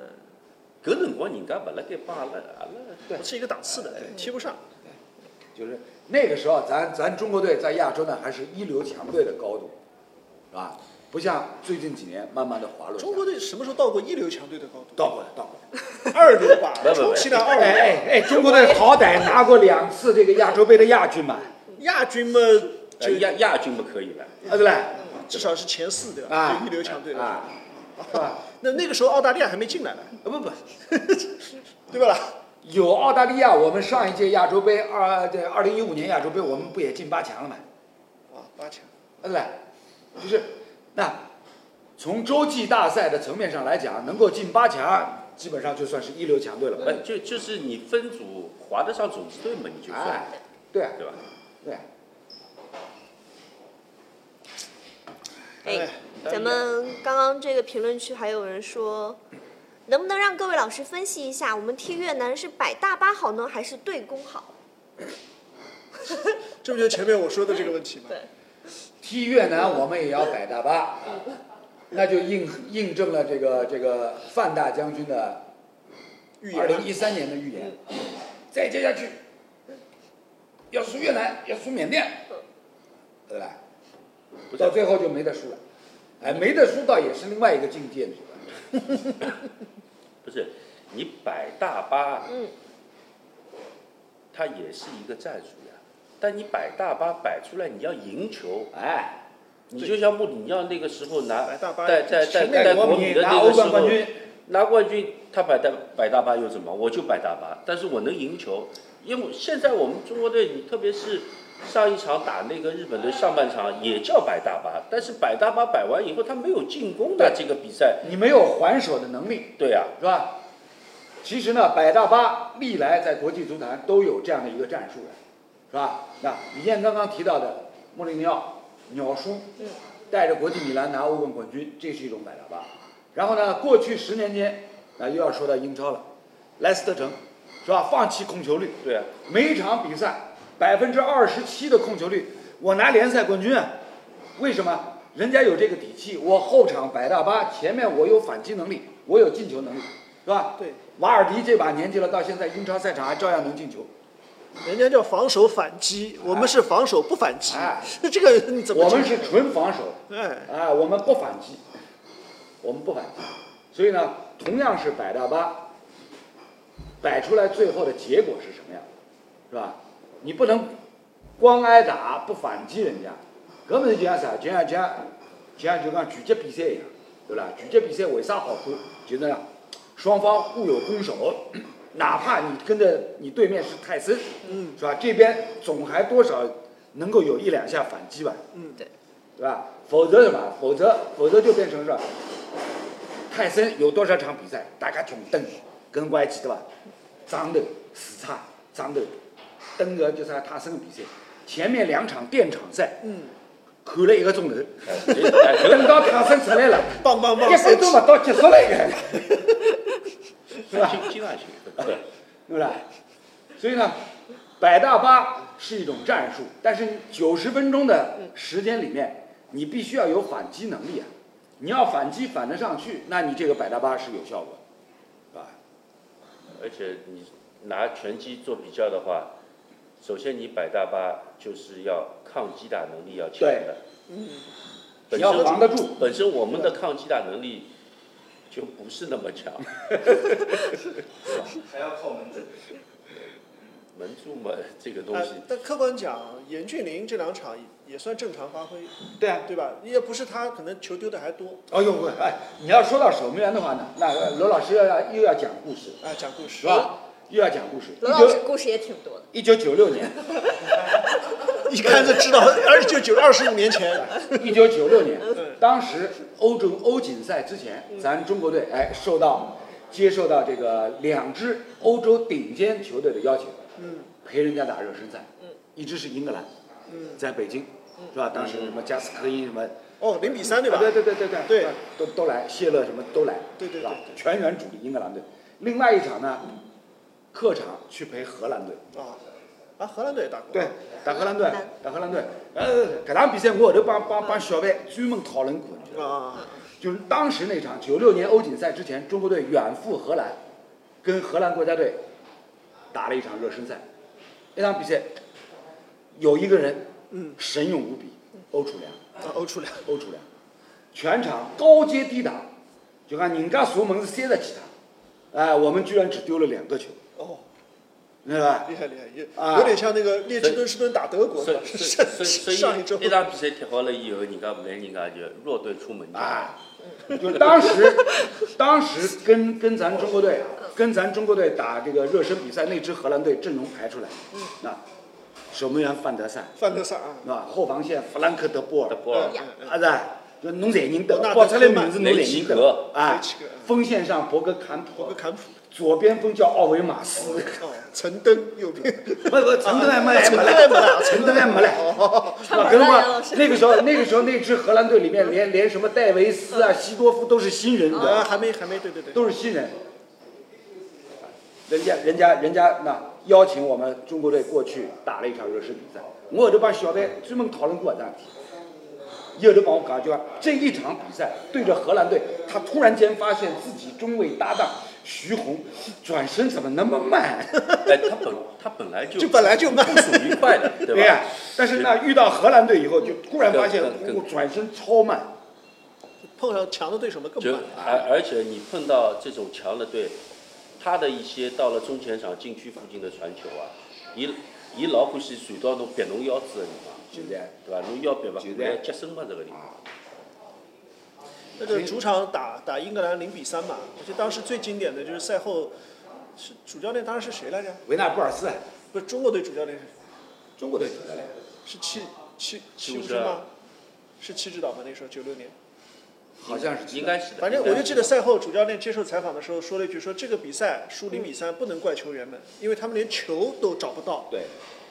Speaker 2: 搿辰光人家勿辣盖帮阿拉阿拉
Speaker 4: 不是一个档次的，对，踢不上。
Speaker 1: 就是那个时候啊咱，咱中国队在亚洲呢还是一流强队的高度，是吧？不像最近几年慢慢的滑落下
Speaker 4: 中国队什么时候到过一流强队的高
Speaker 1: 倒过来，倒过来。
Speaker 4: 度？ 二流吧
Speaker 2: 不，不不
Speaker 4: 充其量二
Speaker 1: 哎
Speaker 4: 流。
Speaker 1: 哎哎，中国队好歹拿过两次这个亚洲杯的亚军嘛，
Speaker 4: 亚军嘛，
Speaker 2: 呃
Speaker 4: 就
Speaker 2: 亚亚军不可以了，
Speaker 1: 啊对不对？
Speaker 4: 至少是前四对吧？
Speaker 1: 啊，
Speaker 4: 就一流强队的。
Speaker 1: 啊，是吧？
Speaker 4: 那那个时候澳大利亚还没进来呢，
Speaker 1: 啊不不，
Speaker 4: 对吧啦？
Speaker 1: 有澳大利亚，我们上一届亚洲杯二这二零一五年亚洲杯，我们不也进八强了吗？
Speaker 4: 啊，八强。
Speaker 1: 对不对？就是那从洲际大赛的层面上来讲，能够进八强，基本上就算是一流强队了吧。
Speaker 2: 哎，就就是你分组划得上种子队嘛，你就算
Speaker 1: 哎，对
Speaker 2: 对吧？
Speaker 1: 对。
Speaker 3: 哎，咱们刚刚这个评论区还有人说，能不能让各位老师分析一下，我们踢越南是摆大巴好呢，还是对攻好？
Speaker 4: 这不就是前面我说的这个问题吗？
Speaker 3: 对，
Speaker 1: 踢越南我们也要摆大巴，啊那就印印证了这个这个范大将军的
Speaker 4: 预
Speaker 1: 二
Speaker 4: 言
Speaker 1: 零一三年的预言。再接下去，要输越南，要输缅甸，对吧？
Speaker 2: 不
Speaker 1: 到
Speaker 2: 在
Speaker 1: 最后就没得输了，哎，没得输倒也是另外一个境界，你知道吧？
Speaker 2: 不是你摆大巴，
Speaker 3: 嗯，
Speaker 2: 它也是一个战术呀。但你摆大巴摆出来，你要赢球，
Speaker 1: 哎，
Speaker 2: 你就像穆里尼奥那个时候拿
Speaker 4: 摆大巴
Speaker 2: 在在在
Speaker 1: 秦代
Speaker 2: 在
Speaker 1: 国
Speaker 2: 国
Speaker 1: 米
Speaker 2: 米的
Speaker 1: 拿
Speaker 2: 那
Speaker 1: 欧
Speaker 2: 个时
Speaker 1: 冠冠
Speaker 2: 候
Speaker 1: 军，
Speaker 2: 拿冠军，他摆大摆大巴又怎么？我就摆大巴，但是我能赢球，因为现在我们中国队，你特别是上一场打那个日本队上半场也叫摆大巴，但是摆大巴摆完以后，他没有进攻的这个比赛，
Speaker 1: 你没有还手的能力，
Speaker 2: 对啊，
Speaker 1: 是吧？其实呢，百大巴历来在国际足坛都有这样的一个战术的，是吧？那李健刚刚提到的穆里尼奥鸟叔
Speaker 3: 嗯
Speaker 1: 带着国际米兰拿欧冠冠军，这是一种百大巴。然后呢，过去十年间，啊，又要说到英超了，莱斯特城是吧？放弃控球率，
Speaker 2: 对啊，
Speaker 1: 每一场比赛百分之二十七的控球率，我拿联赛冠军啊！为什么？人家有这个底气，我后场摆大巴，前面我有反击能力，我有进球能力，是吧？
Speaker 4: 对，
Speaker 1: 瓦尔迪这把年纪了，到现在英超赛场还照样能进球。
Speaker 4: 人家叫防守反击，我们是防守不反击
Speaker 1: 哎，
Speaker 4: 这个你怎么
Speaker 1: 我
Speaker 4: 解释？
Speaker 1: 们是纯防守，
Speaker 4: 哎，
Speaker 1: 啊，我们不反击，我们不反击。所以呢，同样是摆大巴，摆出来最后的结果是什么样，是吧？你不能光挨打不反击人家，根本就像啥？就像就像就像就讲拳击比赛一样，对吧？拳击比赛为啥好看？就是呢，双方互有攻守，哪怕你跟着你对面是泰森，
Speaker 4: 嗯，
Speaker 1: 是吧？这边总还多少能够有一两下反击吧，
Speaker 4: 嗯，
Speaker 3: 对，
Speaker 1: 对吧？否则什么？否则否则就变成是吧泰森有多少场比赛，大家穷蹬，跟我还记得吧？张头、四叉、张头，蹬个就是泰森的比赛，前面两场垫场赛
Speaker 4: 嗯，
Speaker 1: 看了一个钟头，
Speaker 2: 哎谁哎谁
Speaker 1: 等到泰森出来了，
Speaker 4: 棒棒哎棒，
Speaker 1: 一分钟不到结束了，应该。是吧
Speaker 2: 经经常性，对，
Speaker 1: 对不对？所以呢，摆大巴是一种战术，但是九十分钟的时间里面，你必须要有反击能力啊！你要反击反得上去，那你这个摆大巴是有效果，啊是吧？
Speaker 2: 而且你拿拳击做比较的话，首先你摆大巴就是要抗击打能力要强的，
Speaker 5: 嗯
Speaker 1: 你
Speaker 2: 本
Speaker 1: 要
Speaker 2: 身
Speaker 1: 防得住，
Speaker 2: 本身我们的抗击打能力就不是那么强，
Speaker 5: 还要靠门诊。
Speaker 2: 门柱嘛这个东
Speaker 4: 哎
Speaker 2: 西，
Speaker 4: 但客观讲，严俊凌这两场也算正常发挥，
Speaker 1: 对啊。
Speaker 4: 对吧？也不是他可能球丢的还多
Speaker 1: 哦呦喂，哎，你要说到守门员的话呢，那罗老师要要又要讲故事，
Speaker 4: 啊，讲故事
Speaker 1: 是？吧？又要讲故事。
Speaker 3: 罗老师
Speaker 1: 一
Speaker 3: 故事也挺多的。
Speaker 1: 九一九九六年，
Speaker 4: 一看就 知道，而且就九二十五年前，
Speaker 1: 一九九六年
Speaker 4: 嗯，
Speaker 1: 当时欧洲欧锦赛之前，咱中国队哎受到接受到这个两支欧洲顶尖球队的邀请，
Speaker 4: 嗯
Speaker 1: 陪人家打热身赛
Speaker 3: 嗯，
Speaker 1: 一支是英格兰，
Speaker 4: 嗯，
Speaker 1: 在北京，是吧？当时什么加斯科因什么，啊
Speaker 4: 哦，零比三对吧？
Speaker 1: 对对对对对
Speaker 4: 对
Speaker 1: 都都来，谢勒什么都来，
Speaker 4: 对对
Speaker 1: 是吧
Speaker 4: 对？
Speaker 1: 全员主力英格兰队。另外一场呢，客场去陪荷兰队，
Speaker 4: 啊啊，荷兰队也打过，
Speaker 1: 对，打荷兰队
Speaker 3: 荷兰，
Speaker 1: 打荷兰队。呃，搿场比赛我后头帮帮帮小范专门讨论过，你知道吗
Speaker 4: 啊，
Speaker 1: 就是当时那场九六年欧锦赛之前，中国队远赴荷兰，跟荷兰国家队打了一场热身赛。那场比赛有一个人
Speaker 4: 嗯，
Speaker 1: 神勇无比，欧楚良，
Speaker 4: 啊，欧出来，
Speaker 1: 欧楚良，全场高接低打，就看人家射门是三十几打，哎，我们居然只丢了两个球，
Speaker 4: 哦，
Speaker 1: 明白吧？
Speaker 4: 厉害厉害，有
Speaker 1: 啊
Speaker 4: 有点像那个列支敦士敦打德国，
Speaker 2: 所以所
Speaker 4: 上
Speaker 2: 以所以
Speaker 4: 上一周
Speaker 2: 那场比赛踢好了以后，人家不来，人家就弱队出门
Speaker 1: 啊，就是当时， 当时跟跟咱中国队，啊跟咱中国队打这个热身比赛，那支荷兰队阵容排出来，那守门员范德萨，
Speaker 4: 范德萨啊，
Speaker 1: 是吧？后防线弗兰克德波
Speaker 2: 德
Speaker 1: 尔，
Speaker 2: 波尔
Speaker 4: 嗯嗯
Speaker 1: 啊是，就侬侪认得
Speaker 4: 罗纳，德
Speaker 1: 报出来名字侬
Speaker 2: 雷
Speaker 1: 侪
Speaker 2: 奇
Speaker 1: 认得
Speaker 2: 格，
Speaker 1: 啊
Speaker 4: 雷奇格。
Speaker 1: 锋线上博格坎
Speaker 4: 博
Speaker 1: 普
Speaker 4: 格，坎普，
Speaker 1: 左边锋叫奥维马斯，
Speaker 4: 哦，陈登右边，
Speaker 1: 不不，陈德莱没来，没
Speaker 4: 陈德莱没
Speaker 1: 来，陈德莱没来。
Speaker 3: 串
Speaker 1: 我
Speaker 3: 门
Speaker 1: 跟
Speaker 3: 了，杨
Speaker 1: 我
Speaker 3: 老师。
Speaker 1: 那个时候，那个时候那支荷兰队里面连连什么戴维斯啊、西多夫都是新人，你知道吗
Speaker 4: 啊，还没还没，对对对，
Speaker 1: 都是新人。人家人家人家那邀请我们中国队过去打了一场热身比赛，我后头帮小白专门讨论过这样事体。耶德堡感觉这一场比赛对着荷兰队，他突然间发现自己中卫搭档徐宏转身怎么那么慢？
Speaker 2: 哎，他本他本来就
Speaker 4: 就本来就慢
Speaker 2: 不属于快 的，对
Speaker 1: 对呀
Speaker 2: 吧？、
Speaker 1: 但是呢，遇到荷兰队以后，就突然发现
Speaker 2: 更更
Speaker 1: 我转身超慢。
Speaker 4: 碰上强的对手们更
Speaker 2: 就
Speaker 4: 慢。
Speaker 2: 而而且你碰到这种强的队，他的一些到了中前场禁区附近的传球啊，伊伊老欢喜传到侬别侬腰子的地方，
Speaker 1: 现在
Speaker 2: 对吧？侬腰别勿
Speaker 1: 就
Speaker 2: 过
Speaker 1: 在
Speaker 2: 来接身嘛，这个地方。
Speaker 1: 啊，
Speaker 4: 那个主场打打英格兰零比三嘛，我记得当时最经典的就是赛后，是主教练当时是谁来着？
Speaker 1: 维纳布尔斯，啊
Speaker 4: 不是中国队主教练是
Speaker 1: 中国队主教练，
Speaker 4: 是戚戚
Speaker 2: 戚
Speaker 4: 戚
Speaker 2: 务
Speaker 4: 务
Speaker 2: 之
Speaker 4: 之
Speaker 2: 啊
Speaker 4: 吗？是戚指导吗？那时候九六年，
Speaker 1: 好像是
Speaker 2: 应该是的。
Speaker 4: 反正
Speaker 2: 应该
Speaker 4: 我
Speaker 2: 是
Speaker 4: 就记得赛后主教练接受采访的时候说了一句说这个比赛输零比
Speaker 1: 嗯
Speaker 4: 三不能怪球员们，因为他们连球都找不到。
Speaker 1: 对。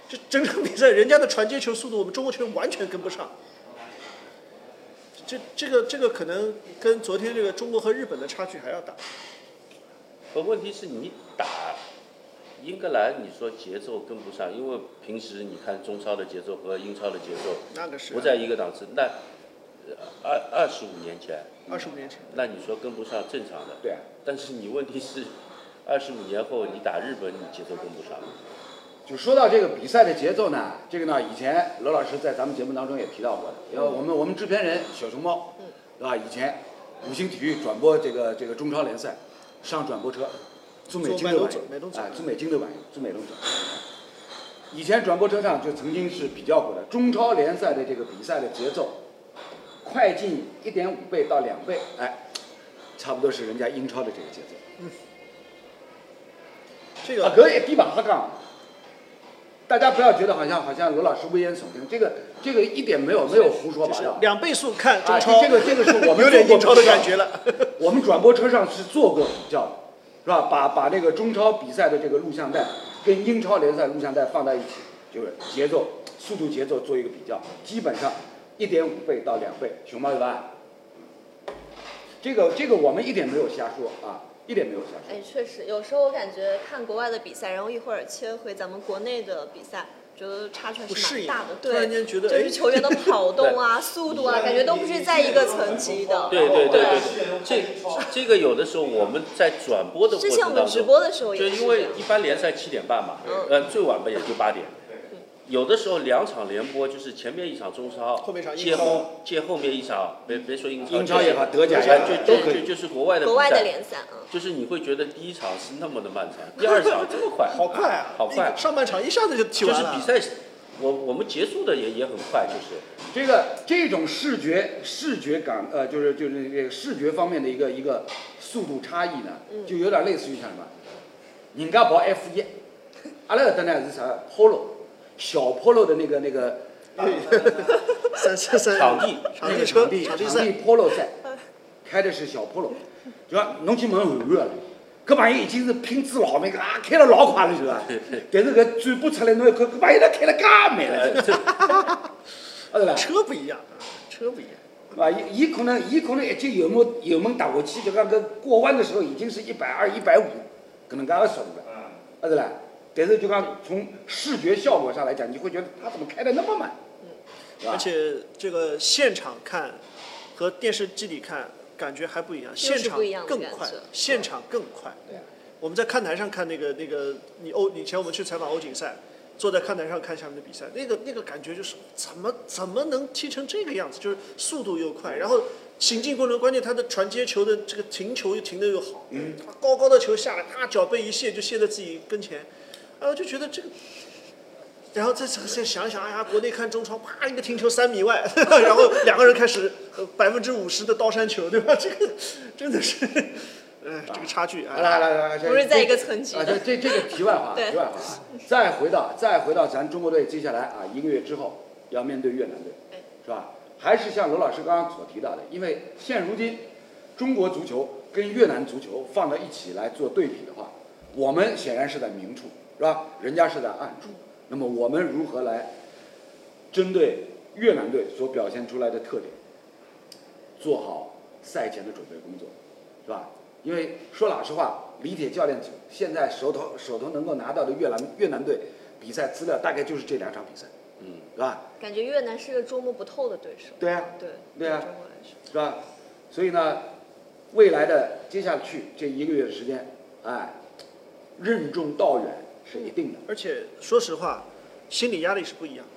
Speaker 4: 这整场比赛人家的传接球速度，我们中国球员完全跟不上。这这个这个可能跟昨天这个中国和日本的差距还要大。
Speaker 2: 可问题是你打英格兰，你说节奏跟不上，因为平时你看中超的节奏和英超的节奏
Speaker 4: 那个是啊
Speaker 2: 不在一个档次。那呃二二十五年前，
Speaker 4: 二十五年前，
Speaker 2: 那你说跟不上正常的，
Speaker 1: 对啊，
Speaker 2: 但是你问题是二十五年后你打日本，你节奏跟不上。
Speaker 1: 就说到这个比赛的节奏呢，这个呢，以前罗老师在咱们节目当中也提到过的，因为我们我们制片人小熊猫，
Speaker 3: 嗯，
Speaker 1: 对吧？以前五星体育转播这个这个中超联赛，上转播车，租美金的
Speaker 4: 坐
Speaker 1: 玩
Speaker 4: 麦
Speaker 1: 意
Speaker 4: 东走
Speaker 1: 儿，哎，租美金的玩意儿，租美东走。以前转播车上就曾经是比较过的，中超联赛的这个比赛的节奏，快进一点五倍到两倍，哎，差不多是人家英超的这个节奏。
Speaker 4: 这
Speaker 1: 啊，
Speaker 4: 个
Speaker 1: 搿一点勿瞎讲。大家不要觉得好像好像罗老师危言耸听，这个这个一点没有没有胡说
Speaker 4: 就
Speaker 1: 八
Speaker 4: 是
Speaker 1: 道。
Speaker 4: 两倍速看
Speaker 1: 啊，
Speaker 4: 中超，
Speaker 1: 这个这个是我们
Speaker 4: 有点
Speaker 1: 做过
Speaker 4: 英超的
Speaker 1: 比较
Speaker 4: 感觉了。
Speaker 1: 我们转播车上是做过比较的，是吧？把把这个中超比赛的这个录像带跟英超联赛录像带放在一起，就是节奏、速度、节奏做一个比较，基本上一点五倍到两倍，熊猫有吧？这个这个我们一点没有瞎说啊，一点没有瞎说。
Speaker 3: 哎，确实，有时候我感觉看国外的比赛，然后一会儿切回咱们国内的比赛，觉得差距还
Speaker 4: 不适
Speaker 3: 是蛮
Speaker 4: 应
Speaker 3: 大的。
Speaker 4: 突
Speaker 3: 对，
Speaker 4: 然间觉得
Speaker 3: 就
Speaker 4: 哎
Speaker 3: 是球员的跑动啊、速度啊，感觉都不是在一个层级的。
Speaker 2: 对对对对
Speaker 5: 对
Speaker 2: 对，这这个有的时候我们在转播的过
Speaker 3: 之前我
Speaker 2: 程
Speaker 3: 们
Speaker 2: 当
Speaker 3: 直
Speaker 2: 中，
Speaker 3: 播的时候
Speaker 2: 就
Speaker 3: 也是
Speaker 2: 因
Speaker 3: 这
Speaker 2: 为
Speaker 3: 样。
Speaker 2: 一般联赛七点半嘛，呃，最晚吧也就八点。有的时候两场联播就是前面一场中超，
Speaker 4: 后面一场英
Speaker 2: 接
Speaker 4: 超
Speaker 2: 后接后面一场，别别说英超，
Speaker 1: 英超也好，
Speaker 2: 就
Speaker 1: 德甲也好，
Speaker 2: 就
Speaker 1: 都
Speaker 2: 就
Speaker 1: 可以
Speaker 2: 就。就是国外的
Speaker 3: 国外
Speaker 2: 比赛
Speaker 3: 的联赛，嗯，
Speaker 2: 就是你会觉得第一场是那么的漫长，第二场这么快，
Speaker 4: 好快啊！
Speaker 2: 好快
Speaker 4: 一，上半场一下子就踢
Speaker 2: 就
Speaker 4: 完
Speaker 2: 是
Speaker 4: 了。
Speaker 2: 比赛，我我们结束的也也很快，就是
Speaker 1: 这个这种视觉视觉感，呃，就是就是这个视觉方面的一个一个速度差异呢，就有点类似于像什么，人家跑 F 一，阿拉搿搭呢是啥 Polo，小 Polo 的那个那个
Speaker 4: 三三三
Speaker 2: 场地
Speaker 4: 场
Speaker 1: 那
Speaker 4: 地
Speaker 1: 个
Speaker 4: 车
Speaker 1: 场地场
Speaker 4: 场哎地
Speaker 1: 地
Speaker 4: 赛，
Speaker 1: Polo 赛，开的是小 Polo，就讲侬去问韩语了。搿朋友已经是拼出老命，啊，开了老快了，是 吧？但是搿转播出来，侬一看，搿朋友他开了介慢了，
Speaker 2: 呃这
Speaker 1: 啊对伐？
Speaker 4: 车不一样，啊车不一样。
Speaker 1: 啊，伊伊可能伊可能一脚油门油门踏下去，就讲搿过弯的时候已经是一百二、一百五搿能介个速度了，啊是啦。但是就讲从视觉效果上来讲，你会觉得他怎么开的那么慢，是吧
Speaker 4: 而？且这个现场看和电视机里看感觉还不一样，
Speaker 3: 是
Speaker 4: 现场
Speaker 3: 不一样的
Speaker 4: 更
Speaker 3: 感
Speaker 4: 快
Speaker 3: 觉，
Speaker 4: 现场更快。
Speaker 1: 对啊
Speaker 4: 我们在看台上看那个那个，你欧以前我们去采访欧锦赛，坐在看台上看下面的比赛，那个那个感觉就是怎么怎么能踢成这个样子？就是速度又快，然后行进过程关键他的传接球的这个停球又停的又好，嗯，高高的球下来，啪脚背一卸就卸在自己跟前，哎，我就觉得这个。然后再再想一想，哎呀，国内看中超，啪一个停球三米外， 然后两个人开始呃百分之五十的刀山球，对吧？这个真的是，哎，这个差距啊。
Speaker 1: 啊来来来，
Speaker 3: 哎不是在一个层级
Speaker 1: 啊，
Speaker 3: 的
Speaker 1: 这这这个题外话，
Speaker 3: 对
Speaker 1: 题外话，啊再回到再回到咱中国队接下来啊，一个月之后要面对越南队
Speaker 3: 哎，
Speaker 1: 是吧？还是像罗老师刚刚所提到的，因为现如今中国足球跟越南足球放到一起来做对比的话，我们显然是在明处，是吧？人家是在暗处。那么我们如何来针对越南队所表现出来的特点，做好赛前的准备工作，是吧？因为说老实话，李铁教练组现在手头手头能够拿到的越南越南队比赛资料，大概就是这两场比赛，
Speaker 2: 嗯，
Speaker 1: 是吧？
Speaker 3: 感觉越南是个捉摸不透的对手。
Speaker 1: 对啊，
Speaker 3: 对，
Speaker 1: 对啊
Speaker 3: 中国来说，
Speaker 1: 是吧？所以呢，未来的接下去这一个月的时间，哎，任重道远是一定的。
Speaker 4: 而且说实话，心理压力是不一样的。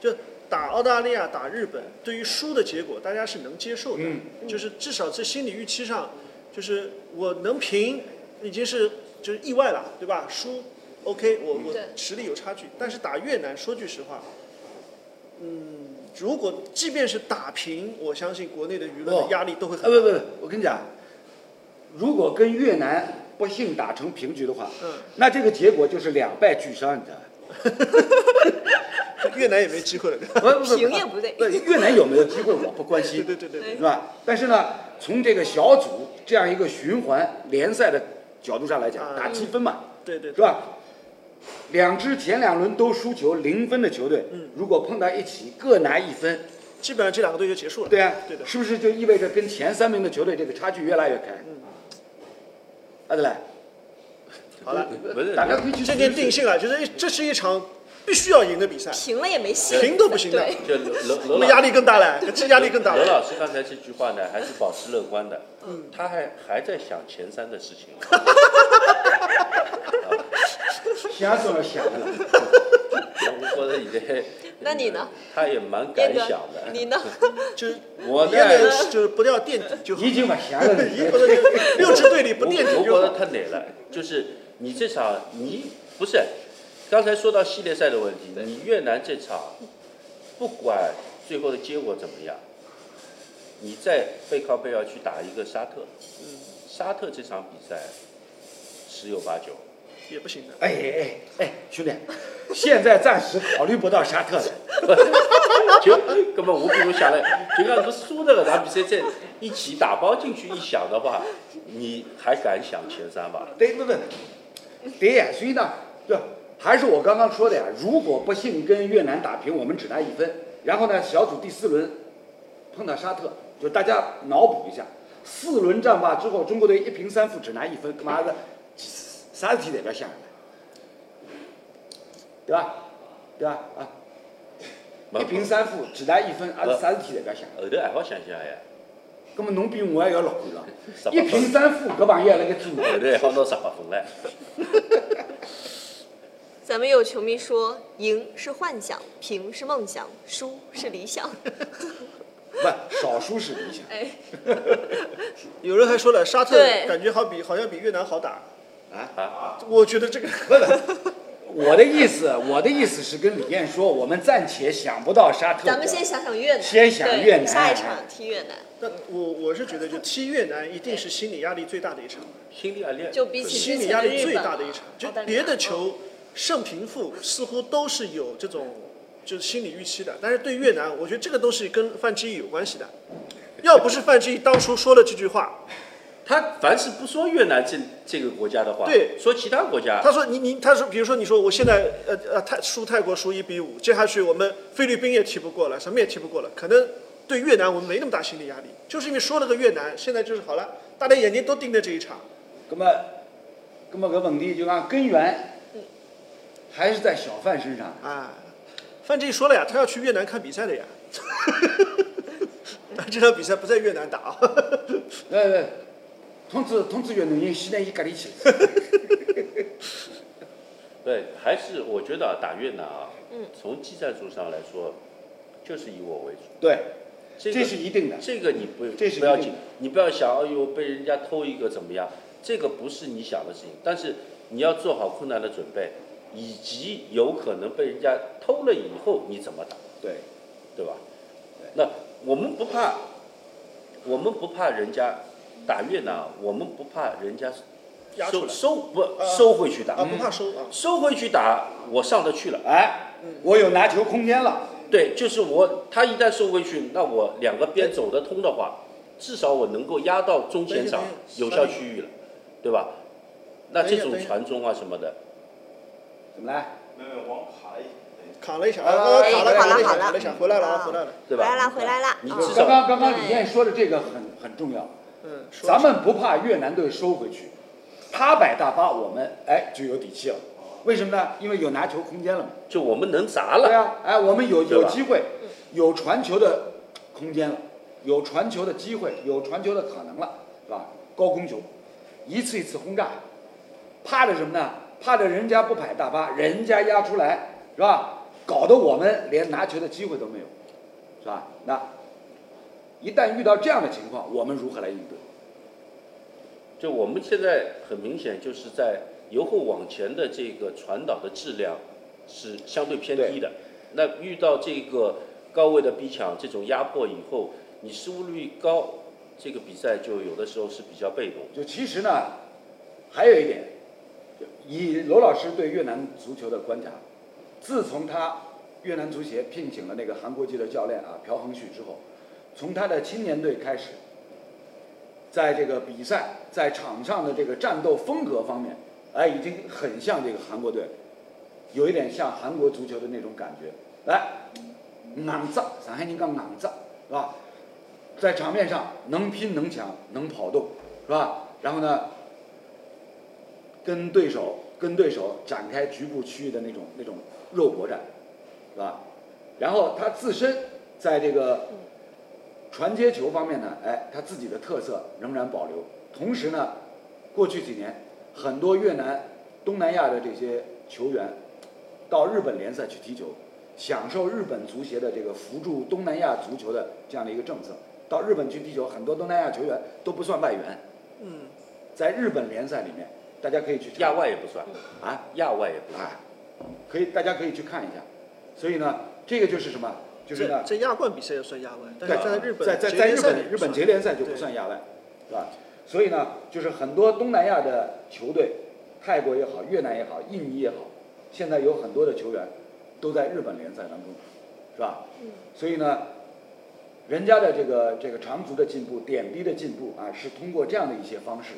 Speaker 4: 就打澳大利亚、打日本，对于输的结果，大家是能接受的，
Speaker 1: 嗯
Speaker 4: 就是至少在心理预期上，就是我能平，已经是就是意外了，对吧？输，OK，我我
Speaker 3: 对
Speaker 4: 实力有差距。但是打越南，说句实话，嗯，如果即便是打平，我相信国内的舆论
Speaker 1: 哦
Speaker 4: 的压力都会
Speaker 1: 啊，
Speaker 4: 很
Speaker 1: 不不
Speaker 4: 大。
Speaker 1: 不，我跟你讲，如果跟越南不幸打成平局的话，
Speaker 4: 嗯，
Speaker 1: 那这个结果就是两败俱伤，你知道吗？
Speaker 4: 越南也没机会了。
Speaker 1: 不不不
Speaker 3: 平也不对
Speaker 1: 不越南有没有机会我不关
Speaker 4: 对
Speaker 1: 心，
Speaker 4: 对对对对，
Speaker 1: 是吧？但是呢，从这个小组这样一个循环联赛的角度上来讲，
Speaker 4: 啊
Speaker 1: 打积分嘛，
Speaker 4: 对对
Speaker 1: 是吧？两支前两轮都输球零分的球队，
Speaker 4: 嗯
Speaker 1: 如果碰到一起各拿一分，
Speaker 4: 基本上这两个队就结束了。
Speaker 1: 对啊，
Speaker 4: 对的
Speaker 1: 是不是就意味着跟前三名的球队这个差距越来越开？
Speaker 4: 嗯
Speaker 1: 阿德莱，
Speaker 4: 好了，
Speaker 2: 不是
Speaker 1: 大家可以去
Speaker 4: 这点定性啊了，就是一哎这是一场必须要赢的比赛，
Speaker 3: 平了也没戏，
Speaker 4: 平都不行的
Speaker 2: 就
Speaker 3: 对，
Speaker 2: 罗罗
Speaker 4: 我
Speaker 2: 罗
Speaker 4: 们
Speaker 2: 老
Speaker 4: 压力更大了，这压力更大
Speaker 2: 罗
Speaker 4: 了。
Speaker 2: 老师刚才这句话呢，还是保持乐观的。嗯，他还还在想前三的事情。
Speaker 1: 想怎么想的了？
Speaker 2: 我觉得已经，
Speaker 3: 那你呢？
Speaker 2: 他也蛮
Speaker 3: 燕
Speaker 2: 敢
Speaker 3: 哥
Speaker 2: 想，的。
Speaker 3: 你 呢？
Speaker 4: 就是
Speaker 2: 我呢
Speaker 4: 别的就是不掉垫底就好。
Speaker 1: 已经把 想的了。
Speaker 4: 一不能六支队里不
Speaker 2: 我
Speaker 4: 垫
Speaker 2: 我
Speaker 4: 底
Speaker 2: 觉
Speaker 4: 就
Speaker 2: 得
Speaker 4: 好。
Speaker 2: 太累了，就是你这场你不是，刚才说到系列赛的问题，你越南这场不管最后的结果怎么样，你再背靠背要去打一个沙特，沙特这场比赛十有八九，
Speaker 4: 也不行的。
Speaker 1: 哎哎哎哎，兄弟，现在暂时考虑不到沙特了。
Speaker 2: 就根本我比如想了，就讲如输那个场比赛再一起打包进去一想的话，你还敢想前三吧？
Speaker 1: 对，不不，对呀，所以呢，就还是我刚刚说的呀，如果不幸跟越南打平，我们只拿一分，然后呢，小组第四轮碰到沙特，就大家脑补一下，四轮战罢之后，中国队一平三负，只拿一分，妈的，啥事体代表下来了，对吧？对吧？啊，一平三负，只拿一分，啊，啥事体代表下来了？
Speaker 2: 后头还好想想 呀，
Speaker 1: 那么侬比我还要乐观了，
Speaker 2: 十八
Speaker 1: 一
Speaker 2: 分
Speaker 1: 平三负，搿朋友还辣盖做呢。
Speaker 2: 后头 还好拿十八分嘞。
Speaker 3: 咱们有球迷说，赢是幻想，平是梦想，输是理想。
Speaker 1: 不，少数是理想。
Speaker 3: 哎，
Speaker 4: 有人还说了，沙特
Speaker 3: 对
Speaker 4: 感觉好比好像比越南好打。
Speaker 2: 啊，
Speaker 4: 我觉得 这个
Speaker 1: 我的意思，我的意思是跟李艳说，我们暂且想不到沙特的。
Speaker 3: 咱们先想想越南，
Speaker 1: 先想
Speaker 3: 对
Speaker 1: 越南
Speaker 3: 下一场踢越南，
Speaker 4: 但我我是觉得，就踢越南一定是心理压力最大的一场，
Speaker 2: 心理压力
Speaker 3: 就比起
Speaker 4: 心理压力最大的一场。
Speaker 3: 之
Speaker 4: 就
Speaker 3: 前的日本哦
Speaker 4: 别的
Speaker 3: 澳大利亚
Speaker 4: 球胜平负似乎都是有这种就是心理预期的，但是对越南，我觉得这个都是跟范志毅有关系的。要不是范志毅当初说了这句话，
Speaker 2: 他凡是不说越南这这个国家的话，
Speaker 4: 对
Speaker 2: 说其他国家，
Speaker 4: 他说你你他说比如说你说我现在呃呃泰输泰国输一比五，接下去我们菲律宾也踢不过了，什么也踢不过了，可能对越南我们没那么大心理压力，就是因为说了个越南，现在就是好了，大家眼睛都盯着这一场，
Speaker 1: 那么，那么个问题就讲根源，
Speaker 3: 嗯
Speaker 1: 还是在小范身上。
Speaker 4: 啊，范志毅说了呀，他要去越南看比赛的呀， 但这场比赛不在越南打啊，
Speaker 1: 呃，呃通知通知越南人，现在伊隔离去。
Speaker 2: 对，还是我觉得啊打越南啊，
Speaker 3: 嗯
Speaker 2: 从技战术上来说，就是以我为主，
Speaker 1: 对，
Speaker 2: 这个
Speaker 1: 这是一定的。
Speaker 2: 这个你不
Speaker 1: 这是
Speaker 2: 不要
Speaker 1: 一定
Speaker 2: 紧，你不要想，哎呦，被人家偷一个怎么样？这个不是你想的事情，但是你要做好困难的准备，以及有可能被人家偷了以后你怎么打，
Speaker 1: 对，
Speaker 2: 对吧？那我们不怕，我们不怕人家打越南啊，我们不怕人家
Speaker 4: 压
Speaker 2: 收
Speaker 4: 出来
Speaker 2: 收不
Speaker 4: 啊
Speaker 2: 收回去打
Speaker 4: 啊，不怕收啊，
Speaker 2: 收回去打，我上得去了。
Speaker 1: 哎，我有拿球空间了。
Speaker 2: 对，就是我，他一旦收回去，那我两个边走得通的话，至少我能够压到中前场有效区域了，对吧？那这种传中啊什么的，
Speaker 1: 怎么来？
Speaker 5: 没有网卡了一等一下
Speaker 4: 卡了一
Speaker 1: 哎
Speaker 4: 下，啊，卡了
Speaker 3: 好了
Speaker 4: 了一下，
Speaker 3: 好了
Speaker 4: 卡了一下，回来了
Speaker 1: 嗯
Speaker 4: 啊，回来了，
Speaker 2: 对吧？
Speaker 3: 回来啦回来啦
Speaker 2: 你
Speaker 3: 啊
Speaker 2: 至
Speaker 1: 刚
Speaker 2: 少
Speaker 1: 刚刚刚
Speaker 3: 对
Speaker 1: 李艳说的这个很很重要。
Speaker 4: 嗯，说
Speaker 1: 咱们不怕越南队收回去，他摆大巴，我们哎就有底气了。为什么呢？因为有拿球空间了嘛。
Speaker 2: 就我们能砸
Speaker 1: 对
Speaker 2: 了，
Speaker 1: 啊，哎，我们有
Speaker 2: 对
Speaker 1: 有
Speaker 2: 吧
Speaker 1: 机会，有传球的空间了，有传球的机会，有传球的可能了，是吧？高空球，一次一次轰炸，怕着什么呢？怕着人家不摆大巴，人家压出来，是吧？搞得我们连拿球的机会都没有，是吧？那一旦遇到这样的情况，我们如何来应对？
Speaker 2: 就我们现在很明显就是在由后往前的这个传导的质量是相对偏低的。那遇到这个高位的逼抢这种压迫以后，你失误率高，这个比赛就有的时候是比较被动。
Speaker 1: 就其实呢，还有一点，就以罗老师对越南足球的观察，自从他越南足协聘请了那个韩国籍的教练啊朴恒旭之后，从他的青年队开始，在这个比赛在场上的这个战斗风格方面，哎，已经很像这个韩国队，有一点像韩国足球的那种感觉。来，硬仗，上海人讲硬仗，是吧？在场面上能拼能抢能跑动，是吧？然后呢，跟对手跟对手展开局部区域的那种那种肉搏战，是吧？然后他自身在这个传接球方面呢，哎，他自己的特色仍然保留。同时呢，过去几年很多越南、东南亚的这些球员到日本联赛去踢球，享受日本足协的这个扶助东南亚足球的这样的一个政策。到日本去踢球，很多东南亚球员都不算外援，
Speaker 4: 嗯，
Speaker 1: 在日本联赛里面，大家可以去查
Speaker 2: 亚外也不算，
Speaker 1: 啊
Speaker 2: 亚外也不算。
Speaker 1: 啊，可以大家可以去看一下。所以呢，这个就是什么？就是
Speaker 4: 在
Speaker 1: 呢，
Speaker 4: 在亚冠比赛也算亚冠，但
Speaker 1: 对
Speaker 4: 是在日本
Speaker 1: 在在
Speaker 4: 职
Speaker 1: 在
Speaker 4: 业
Speaker 1: 日
Speaker 4: 赛
Speaker 1: 本
Speaker 4: 里
Speaker 1: 日本
Speaker 4: 不
Speaker 1: 节
Speaker 4: 算
Speaker 1: 联赛就不算亚外，是吧？所以呢，就是很多东南亚的球队，泰国也好，越南也好，印尼也好，现在有很多的球员都在日本联赛当中，是吧？
Speaker 3: 嗯
Speaker 1: 所以呢，人家的这个这个长足的进步、点滴的进步啊，是通过这样的一些方式，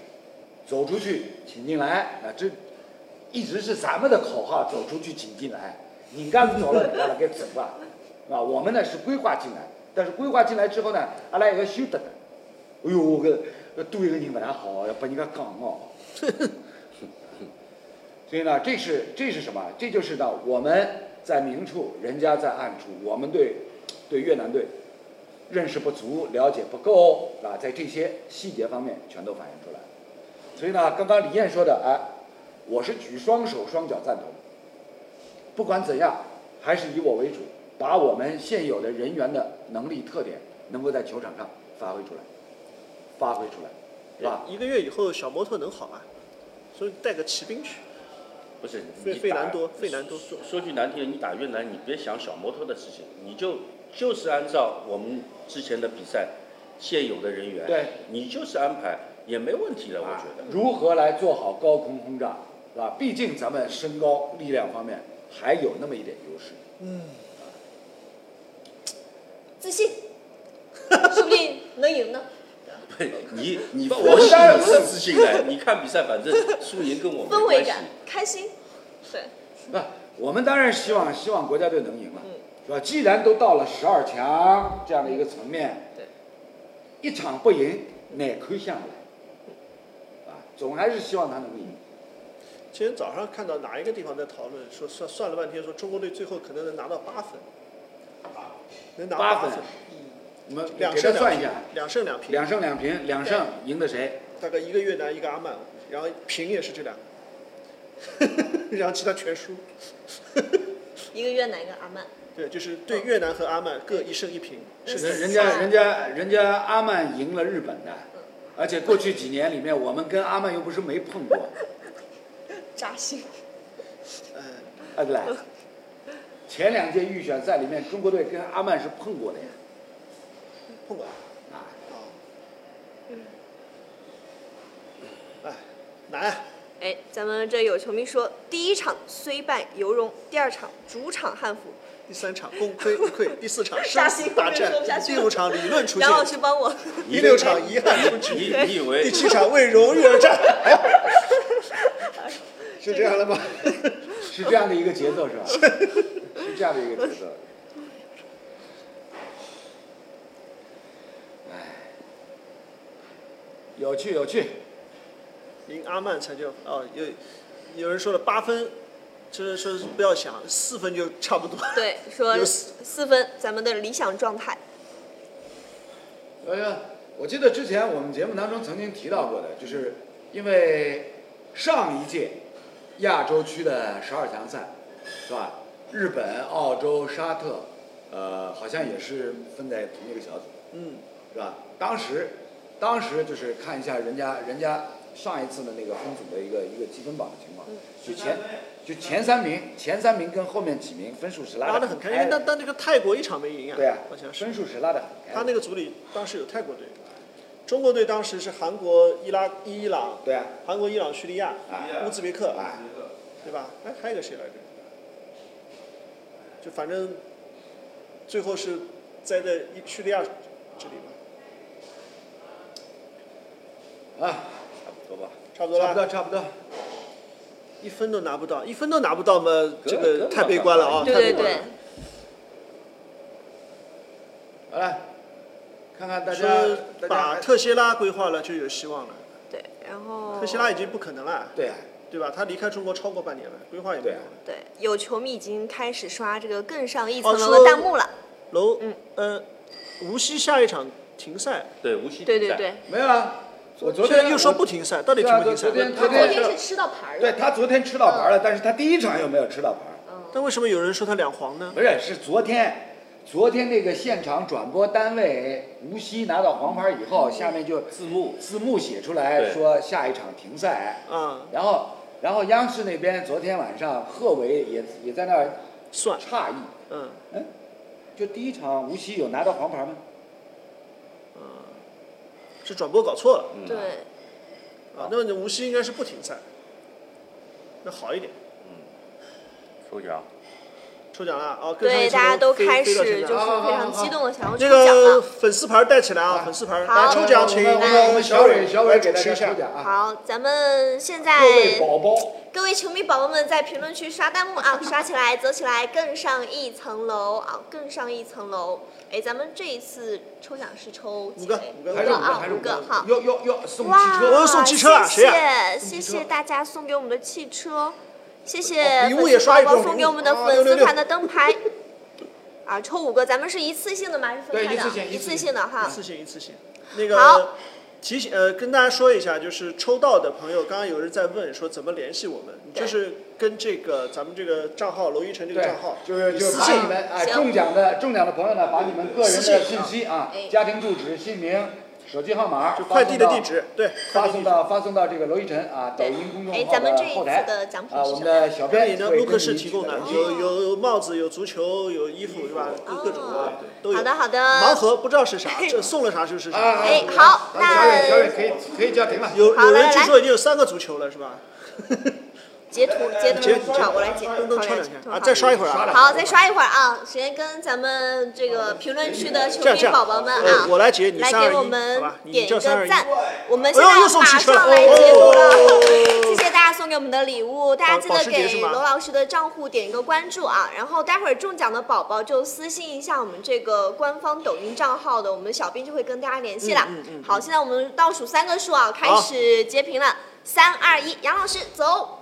Speaker 1: 走出去，请进来啊，这一直是咱们的口号，走出去，请进来。人家是走了，人家了该走吧，啊，我们呢是规划进来，但是规划进来之后呢，阿拉还要修得的。哎呦，我个呃多一个人不大好，要被人家讲哦。所以呢，这是这是什么？这就是呢，我们在明处，人家在暗处，我们对对越南队认识不足，了解不够啊，在这些细节方面全都反映出来。所以呢，刚刚李燕说的，哎，我是举双手双脚赞同。不管怎样，还是以我为主，把我们现有的人员的能力特点能够在球场上发挥出来，发挥出来，是吧？
Speaker 4: 一个月以后小摩托能好啊，所以带个骑兵去。
Speaker 2: 不是，
Speaker 4: 费
Speaker 2: 你
Speaker 4: 费
Speaker 2: 打
Speaker 4: 南多费南多
Speaker 2: 说说句难听的，你打越南，你别想小摩托的事情，你就就是按照我们之前的比赛现有的人员，
Speaker 1: 对，
Speaker 2: 你就是安排也没问题的，我
Speaker 1: 啊
Speaker 2: 觉得。
Speaker 1: 如何来做好高空轰炸，是吧？毕竟咱们身高力量方面还有那么一点优势。
Speaker 3: 自信，说不定能赢 呢。
Speaker 2: 你你我是你是自信的，你看比赛反正输赢跟我没
Speaker 3: 氛围
Speaker 2: 关系
Speaker 3: 感。，开心，对，
Speaker 1: 那我们当然希望希望国家队能赢了
Speaker 3: 嗯，
Speaker 1: 是吧？既然都到了十二强这样的一个层面，
Speaker 3: 对，
Speaker 1: 一场不赢哪亏下来，啊，总还是希望他能赢。
Speaker 4: 今天早上看到哪一个地方在讨论说算算了半天，说中国队最后可能能拿到八分，能拿
Speaker 1: 八
Speaker 4: 八
Speaker 1: 分
Speaker 4: 分，
Speaker 1: 我们
Speaker 4: 两
Speaker 1: 给他
Speaker 4: 胜
Speaker 1: 算
Speaker 4: 两
Speaker 1: 一
Speaker 4: 平
Speaker 1: 下，，
Speaker 4: 两胜两平，
Speaker 1: 两胜两平，两胜赢的谁？
Speaker 4: 大概一个越南一个阿曼，然后平也 是这两个，然后其他全输。
Speaker 3: 一个越南，一个阿曼，
Speaker 4: 对，就是对越南和阿曼各一胜一平，
Speaker 3: 嗯
Speaker 4: 是
Speaker 1: 人
Speaker 3: 是
Speaker 1: 人家
Speaker 3: 是
Speaker 1: 人家人家阿曼赢了日本的，
Speaker 3: 嗯
Speaker 1: 而且过去几年里面，我们跟阿曼又不是没碰过，
Speaker 3: 扎心。
Speaker 4: 呃，
Speaker 1: 啊来，前两届预选赛里面，中国队跟阿曼是碰过的呀，
Speaker 4: 碰过啊。
Speaker 1: 啊，
Speaker 3: 嗯
Speaker 4: 哎，难啊！
Speaker 3: 哎，咱们这有球迷说，第一场虽败犹荣，第二场主场汉服，
Speaker 4: 第三场功 亏一篑，第四场生
Speaker 3: 扎
Speaker 4: 死
Speaker 3: 心
Speaker 4: 大
Speaker 3: 我真
Speaker 4: 战
Speaker 3: 说不下，去
Speaker 4: 第
Speaker 3: 了
Speaker 4: 五场理论出
Speaker 3: 杨老
Speaker 4: 现，
Speaker 3: 师帮 我，
Speaker 4: 第六场遗憾出局，
Speaker 2: 你你以为
Speaker 4: 第七场为荣誉而战，是这样的吗？
Speaker 1: 是这样的一个节奏是吧？是这样的一个节奏。哎，有趣有趣，
Speaker 4: 赢阿曼才叫哦，有有人说了八分就是说是不要想，四分就 差不多。
Speaker 3: 对，说
Speaker 4: 有四
Speaker 3: 四分，咱们的理想状态。
Speaker 1: 哎呀，我记得之前我们节目当中曾经提到过的，就是因为上一届亚洲区的十二强赛，是吧？日本、澳洲、沙特，呃，好像也是分在同一个小组，
Speaker 4: 嗯，
Speaker 1: 是吧？当时，当时就是看一下人家人家上一次的那个分组的一个一个积分榜的情况，
Speaker 4: 嗯
Speaker 1: 就前就前三名，前三名跟后面几名分数是
Speaker 4: 拉
Speaker 1: 得
Speaker 4: 得
Speaker 1: 很
Speaker 4: 很开心。因为
Speaker 1: 的
Speaker 4: 但但那个泰国一场没赢啊，
Speaker 1: 对啊哎
Speaker 4: 好像，是
Speaker 1: 分。数是拉得很开的。
Speaker 4: 他那个组里当时有泰国队，中国队当时是韩国、伊拉、伊朗、
Speaker 1: 对啊，
Speaker 4: 韩国、伊朗、叙利亚、
Speaker 1: 哎
Speaker 4: 乌兹别克，
Speaker 1: 哎
Speaker 4: 对吧？哎，还有个谁来着？就反正最后是栽在伊叙利亚这里
Speaker 1: 啊，
Speaker 4: 吧，
Speaker 2: 差不多吧。
Speaker 4: 差不多
Speaker 1: 差不
Speaker 4: 吧
Speaker 1: 多，。差不多。
Speaker 4: 一分都拿不到，一分都拿不到嘛，这
Speaker 2: 格
Speaker 4: 个
Speaker 2: 格
Speaker 4: 太悲观了啊！
Speaker 3: 对
Speaker 4: 太悲
Speaker 3: 对
Speaker 4: 观了
Speaker 3: 对，
Speaker 1: 好了，看看大家
Speaker 4: 说，
Speaker 1: 大
Speaker 4: 把
Speaker 1: 家
Speaker 4: 特谢拉规划了就有希望了，
Speaker 3: 对，然后
Speaker 4: 特谢拉已经不可能了，
Speaker 1: 对啊，
Speaker 4: 对吧？他离开中国超过半年了，规划也没
Speaker 1: 对
Speaker 4: 有
Speaker 1: 啊
Speaker 4: 了。
Speaker 3: 对有球迷已经开始刷这个更上一层楼
Speaker 4: 哦
Speaker 3: 的
Speaker 4: 说
Speaker 3: 弹幕了。
Speaker 4: 楼，
Speaker 3: 嗯
Speaker 4: 呃，无锡下一场停赛，
Speaker 2: 对，无锡
Speaker 3: 对
Speaker 2: 比
Speaker 3: 对
Speaker 2: 赛
Speaker 3: 对，
Speaker 1: 没有啊，我昨
Speaker 4: 现在
Speaker 1: 天
Speaker 4: 又说
Speaker 1: 我
Speaker 4: 不停赛，到底
Speaker 1: 对
Speaker 4: 停
Speaker 1: 啊
Speaker 4: 不停赛
Speaker 1: 昨？天
Speaker 3: 他
Speaker 1: 昨
Speaker 3: 昨
Speaker 1: 天
Speaker 3: 天是吃到牌儿
Speaker 1: 对
Speaker 3: 了。
Speaker 1: 他昨天吃到牌了，但是他第一场又没有吃到牌，
Speaker 3: 嗯
Speaker 4: 但为什么有人说他两黄呢？
Speaker 1: 不是是昨天。昨天那个现场转播单位无锡拿到黄牌以后，下面就
Speaker 2: 字幕
Speaker 1: 字幕写出来
Speaker 2: 对
Speaker 1: 说下一场停赛，
Speaker 4: 啊，
Speaker 1: 然后然后央视那边昨天晚上贺炜也也在那儿
Speaker 4: 算，
Speaker 1: 诧异，
Speaker 4: 嗯，
Speaker 1: 就第一场无锡有拿到黄牌吗？
Speaker 4: 是转播搞错了
Speaker 2: 嗯，
Speaker 3: 对，
Speaker 4: 啊。那么无锡应该是不停赛，那好一点。
Speaker 2: 抽奖。
Speaker 4: 抽奖了啊！更上一
Speaker 3: 对，
Speaker 4: 层
Speaker 3: 大家
Speaker 4: 楼
Speaker 3: 都
Speaker 4: 飞
Speaker 3: 开
Speaker 4: 飞
Speaker 3: 始就是
Speaker 4: 到现在
Speaker 3: 非
Speaker 4: 啊
Speaker 1: 好好好
Speaker 3: 常激动的想要抽
Speaker 4: 那
Speaker 3: 奖
Speaker 4: 个
Speaker 3: 了。
Speaker 4: 粉丝牌带起来啊！
Speaker 1: 好
Speaker 4: 粉丝牌，
Speaker 3: 好
Speaker 4: 来抽奖，
Speaker 1: 我
Speaker 4: 请
Speaker 1: 们我们我们小伟小伟给大
Speaker 4: 吃
Speaker 1: 家
Speaker 4: 一下
Speaker 1: 抽。奖啊！
Speaker 3: 好，咱们现在
Speaker 1: 各位宝宝，
Speaker 3: 各位球迷宝宝们在评论区刷弹幕啊， 刷起来，走起来，更上一层楼啊，更上一层楼。哎，咱们这一次抽奖是抽几
Speaker 4: 五个
Speaker 3: 位
Speaker 4: 五个
Speaker 1: 还是我们
Speaker 3: 啊
Speaker 1: 还，是
Speaker 3: 五
Speaker 1: 我
Speaker 3: 个
Speaker 1: 们
Speaker 3: 好。
Speaker 1: 要要要送汽车，
Speaker 3: 哇，
Speaker 4: 哦送汽车啊
Speaker 3: 谢
Speaker 4: 谁
Speaker 3: 谢
Speaker 1: 送汽
Speaker 3: 谢
Speaker 1: 车
Speaker 3: 谢大家送给我们的汽车，谢
Speaker 4: 哦
Speaker 3: 谢
Speaker 4: 礼
Speaker 3: 粉
Speaker 4: 物也
Speaker 3: 丝
Speaker 4: 刷
Speaker 3: 宝
Speaker 4: 一波
Speaker 3: 宝送
Speaker 4: 礼
Speaker 3: 给
Speaker 4: 物哦
Speaker 3: 我们的
Speaker 4: 啊
Speaker 3: 粉
Speaker 4: 666
Speaker 3: 丝团的灯牌。 啊，抽五个，咱们是一次性的吗？还是分
Speaker 1: 对
Speaker 3: 开
Speaker 1: 一
Speaker 3: 的？啊
Speaker 1: 次性一
Speaker 3: 一
Speaker 1: 次
Speaker 3: 次
Speaker 1: 性
Speaker 3: 性的哈
Speaker 4: 一。次性一次性。那个
Speaker 3: 好
Speaker 4: 提醒呃，跟大家说一下，就是抽到的朋友，刚刚有人在问说怎么联系我们，
Speaker 3: 对
Speaker 4: 就是跟这个咱们这个账号娄一晨这个
Speaker 1: 对
Speaker 4: 账号，，
Speaker 1: 就是
Speaker 4: 你
Speaker 1: 就是
Speaker 4: 私
Speaker 1: 把
Speaker 4: 信
Speaker 1: 你们哎
Speaker 3: 行
Speaker 1: 中奖的中奖的朋友呢，把你们个人的
Speaker 4: 私信
Speaker 1: 信息啊
Speaker 3: 哎、
Speaker 1: 家庭住址、姓名、手机号码、
Speaker 4: 就
Speaker 1: 发
Speaker 4: 快递的
Speaker 1: 送到
Speaker 4: 地址，对，
Speaker 1: 发
Speaker 4: 快递
Speaker 1: 送
Speaker 4: 地址。
Speaker 1: 到发送到这个娄一晨啊抖
Speaker 3: 对
Speaker 1: 音公众
Speaker 3: 哎
Speaker 1: 号
Speaker 3: 咱们这
Speaker 1: 的
Speaker 3: 一
Speaker 1: 后
Speaker 3: 次
Speaker 1: 台
Speaker 3: 的奖品
Speaker 1: 啊，
Speaker 3: 是
Speaker 1: 我们
Speaker 3: 什么
Speaker 1: 的小
Speaker 4: 这里
Speaker 1: 编
Speaker 4: 呢，
Speaker 1: 会
Speaker 4: 卢
Speaker 1: 跟
Speaker 4: 克士
Speaker 1: 你
Speaker 4: 提供的
Speaker 1: 取
Speaker 4: 有有有帽子，有足球，有衣服，是吧？各各种的
Speaker 1: 哦
Speaker 4: 都有。
Speaker 3: 好的好的
Speaker 4: 盲盒不知道是啥，这送了啥就是
Speaker 1: 啊啊
Speaker 4: 啥。
Speaker 3: 哎，好，
Speaker 1: 小蕊小蕊
Speaker 3: 那
Speaker 1: 可以可以叫停了，
Speaker 4: 有
Speaker 3: 好
Speaker 4: 有人
Speaker 3: 来
Speaker 4: 据
Speaker 3: 来
Speaker 4: 说已经有三个足球了，是吧？
Speaker 3: 截图截图
Speaker 4: 截图，
Speaker 3: 好，我来截，
Speaker 4: 噔噔
Speaker 3: 好
Speaker 4: 敲
Speaker 3: 我来截
Speaker 4: 两下
Speaker 3: 图
Speaker 4: 啊！
Speaker 3: 好
Speaker 4: 再刷一会儿啊！
Speaker 3: 好，再刷一会儿啊！先跟咱们这个评论区的球
Speaker 4: 这样
Speaker 3: 迷
Speaker 4: 这样
Speaker 3: 宝宝们
Speaker 4: 呃
Speaker 3: 啊，
Speaker 4: 我来截你
Speaker 3: 来
Speaker 4: 三二一
Speaker 3: 给我们
Speaker 4: 好吧你
Speaker 3: 点一
Speaker 4: 叫
Speaker 3: 个
Speaker 4: 三二一
Speaker 3: 赞。我们现
Speaker 4: 哎
Speaker 3: 在
Speaker 4: 呦
Speaker 3: 马
Speaker 4: 又送汽车了
Speaker 3: 上来截图了
Speaker 4: 哦，
Speaker 3: 谢谢大家送给我们的礼物，大家记
Speaker 4: 保
Speaker 3: 得
Speaker 4: 时捷是
Speaker 3: 给
Speaker 4: 吗
Speaker 3: 罗老师的账户点一个关注啊！然后待会儿中奖的宝宝就私信一下我们这个官方抖音账号的，我们的小编就会跟大家联系了
Speaker 4: 嗯嗯嗯。
Speaker 3: 好，现在我们倒数三个数啊，开
Speaker 4: 好
Speaker 3: 始截屏了，三二一，杨老师走。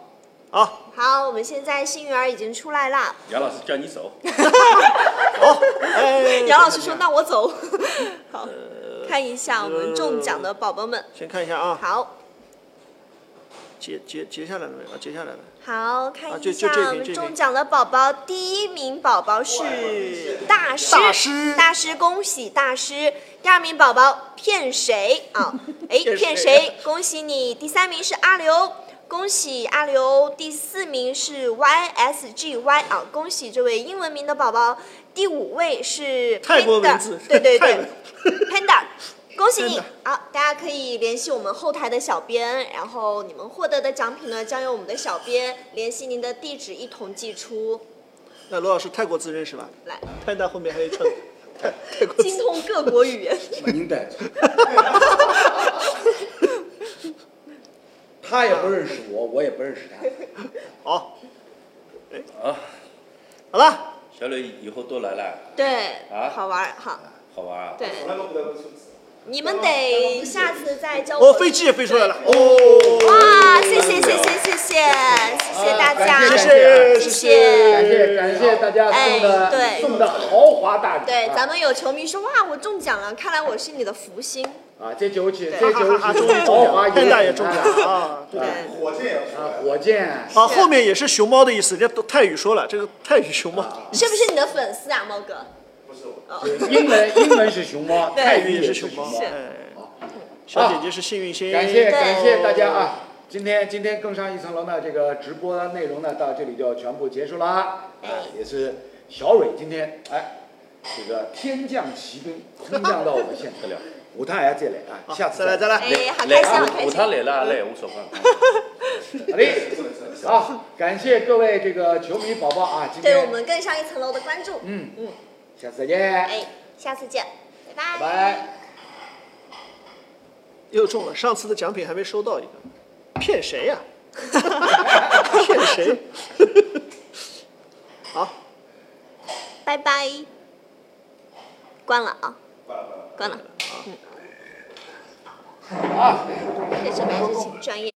Speaker 4: 好，
Speaker 3: 好，我们现在幸运儿已经出来了。
Speaker 2: 杨老师叫你走，
Speaker 4: 好，哎，
Speaker 3: 杨老师说：“那我走。”好，
Speaker 4: 呃
Speaker 3: 看一下我们中奖的宝宝们。
Speaker 4: 先看一下啊，
Speaker 3: 好，
Speaker 4: 截截截下来了没有？啊，截下来了。
Speaker 3: 好
Speaker 4: 啊
Speaker 3: 看
Speaker 4: 就
Speaker 3: 一
Speaker 4: 就
Speaker 3: 下
Speaker 4: 这
Speaker 3: 我
Speaker 4: 名
Speaker 3: 们
Speaker 4: 这
Speaker 3: 中
Speaker 4: 名
Speaker 3: 奖的宝宝，第一名宝宝是大师，
Speaker 4: 大师
Speaker 3: 大师，恭喜大师！第二名宝宝骗谁啊？哎，
Speaker 4: 骗谁
Speaker 3: 骗谁？恭喜你！第三名是阿刘。恭喜阿刘，第四名是 Y S G Y 啊！恭喜这位英文名的宝宝。第五位是
Speaker 4: 泰国文
Speaker 3: Panda，
Speaker 4: 字
Speaker 3: 对对
Speaker 4: 泰
Speaker 3: 对
Speaker 4: 文
Speaker 3: ，Panda，恭喜你
Speaker 4: Panda！
Speaker 3: 好，大家可以联系我们后台的小编，然后你们获得的奖品呢，将由我们的小编联系您的地址一同寄出。
Speaker 4: 那罗老师泰国字认识吧？
Speaker 3: 来，
Speaker 4: 泰大后面还有一串泰泰国
Speaker 3: 精通各国语 言。
Speaker 1: 您等。他也不认识我，我也不认识他。
Speaker 4: 好，哎
Speaker 2: 啊，
Speaker 4: 好了，
Speaker 2: 小磊以后多来来，
Speaker 3: 对，
Speaker 2: 啊
Speaker 3: 好玩儿哈。
Speaker 2: 好玩啊。
Speaker 3: 对，
Speaker 5: 从来都不得不出
Speaker 3: 你们得下次再教
Speaker 4: 哦，
Speaker 3: 我啊
Speaker 4: 飞机也飞出来了，
Speaker 3: 对
Speaker 4: 哦，
Speaker 3: 哇，谢谢谢谢谢谢谢谢大家，
Speaker 1: 感
Speaker 4: 哦谢谢
Speaker 1: 感谢大家送
Speaker 3: 哎对
Speaker 1: 的送的豪华大礼啊，
Speaker 3: 对，咱们有球迷说哇，我中奖了，看来我是你的福星。
Speaker 1: 啊，这酒请，
Speaker 3: 对
Speaker 1: 这
Speaker 4: 哈哈
Speaker 1: 酒
Speaker 4: 哈，
Speaker 1: 请
Speaker 4: 终于中
Speaker 1: 豪
Speaker 4: 奖
Speaker 1: 华
Speaker 4: 了，
Speaker 1: 宴
Speaker 4: 佩大也
Speaker 1: 请
Speaker 4: 中
Speaker 1: 啊
Speaker 4: 奖了啊！对
Speaker 3: 对，
Speaker 5: 火箭也出
Speaker 1: 啊
Speaker 5: 来，了，
Speaker 1: 火箭，
Speaker 4: 啊，后面也是熊猫的意思，人家都泰语说了，这个泰语熊猫，
Speaker 3: 是不是你的粉丝啊，猫哥？
Speaker 5: 不是我。
Speaker 1: 英文英文是熊猫，
Speaker 3: 对
Speaker 1: 泰
Speaker 4: 泰
Speaker 1: 语
Speaker 4: 语
Speaker 1: 也
Speaker 4: 也是
Speaker 1: 熊
Speaker 4: 熊猫。
Speaker 3: 是
Speaker 4: 哎
Speaker 1: 好，
Speaker 4: 小姐姐是幸运星，
Speaker 1: 感谢
Speaker 3: 对
Speaker 1: 感谢大家啊！今天今天更上一层楼呢，这个直播的内容呢到这里就全部结束了啊！哎，也是小蕊今天哎，这个天降奇兵，空降到我们现场
Speaker 2: 得了，
Speaker 1: 舞台也再来啊，下次
Speaker 4: 再来再来。
Speaker 3: 哎，好
Speaker 2: 来
Speaker 3: 开心，好开
Speaker 2: 五
Speaker 3: 心
Speaker 2: 趟。来了，来无所谓。
Speaker 1: 好嘞，好，感谢各位这个球迷宝宝啊！今
Speaker 3: 对我
Speaker 1: 天
Speaker 3: 们更上一层楼的关注。
Speaker 1: 嗯
Speaker 3: 嗯，
Speaker 1: 下次再见，
Speaker 3: 哎，下次见，
Speaker 1: 拜拜。
Speaker 4: 又中了，上次的奖品还没收到一个，骗 谁呀、骗谁？好，
Speaker 3: 拜拜，关了啊，关了，关了，嗯，这是还是挺专业。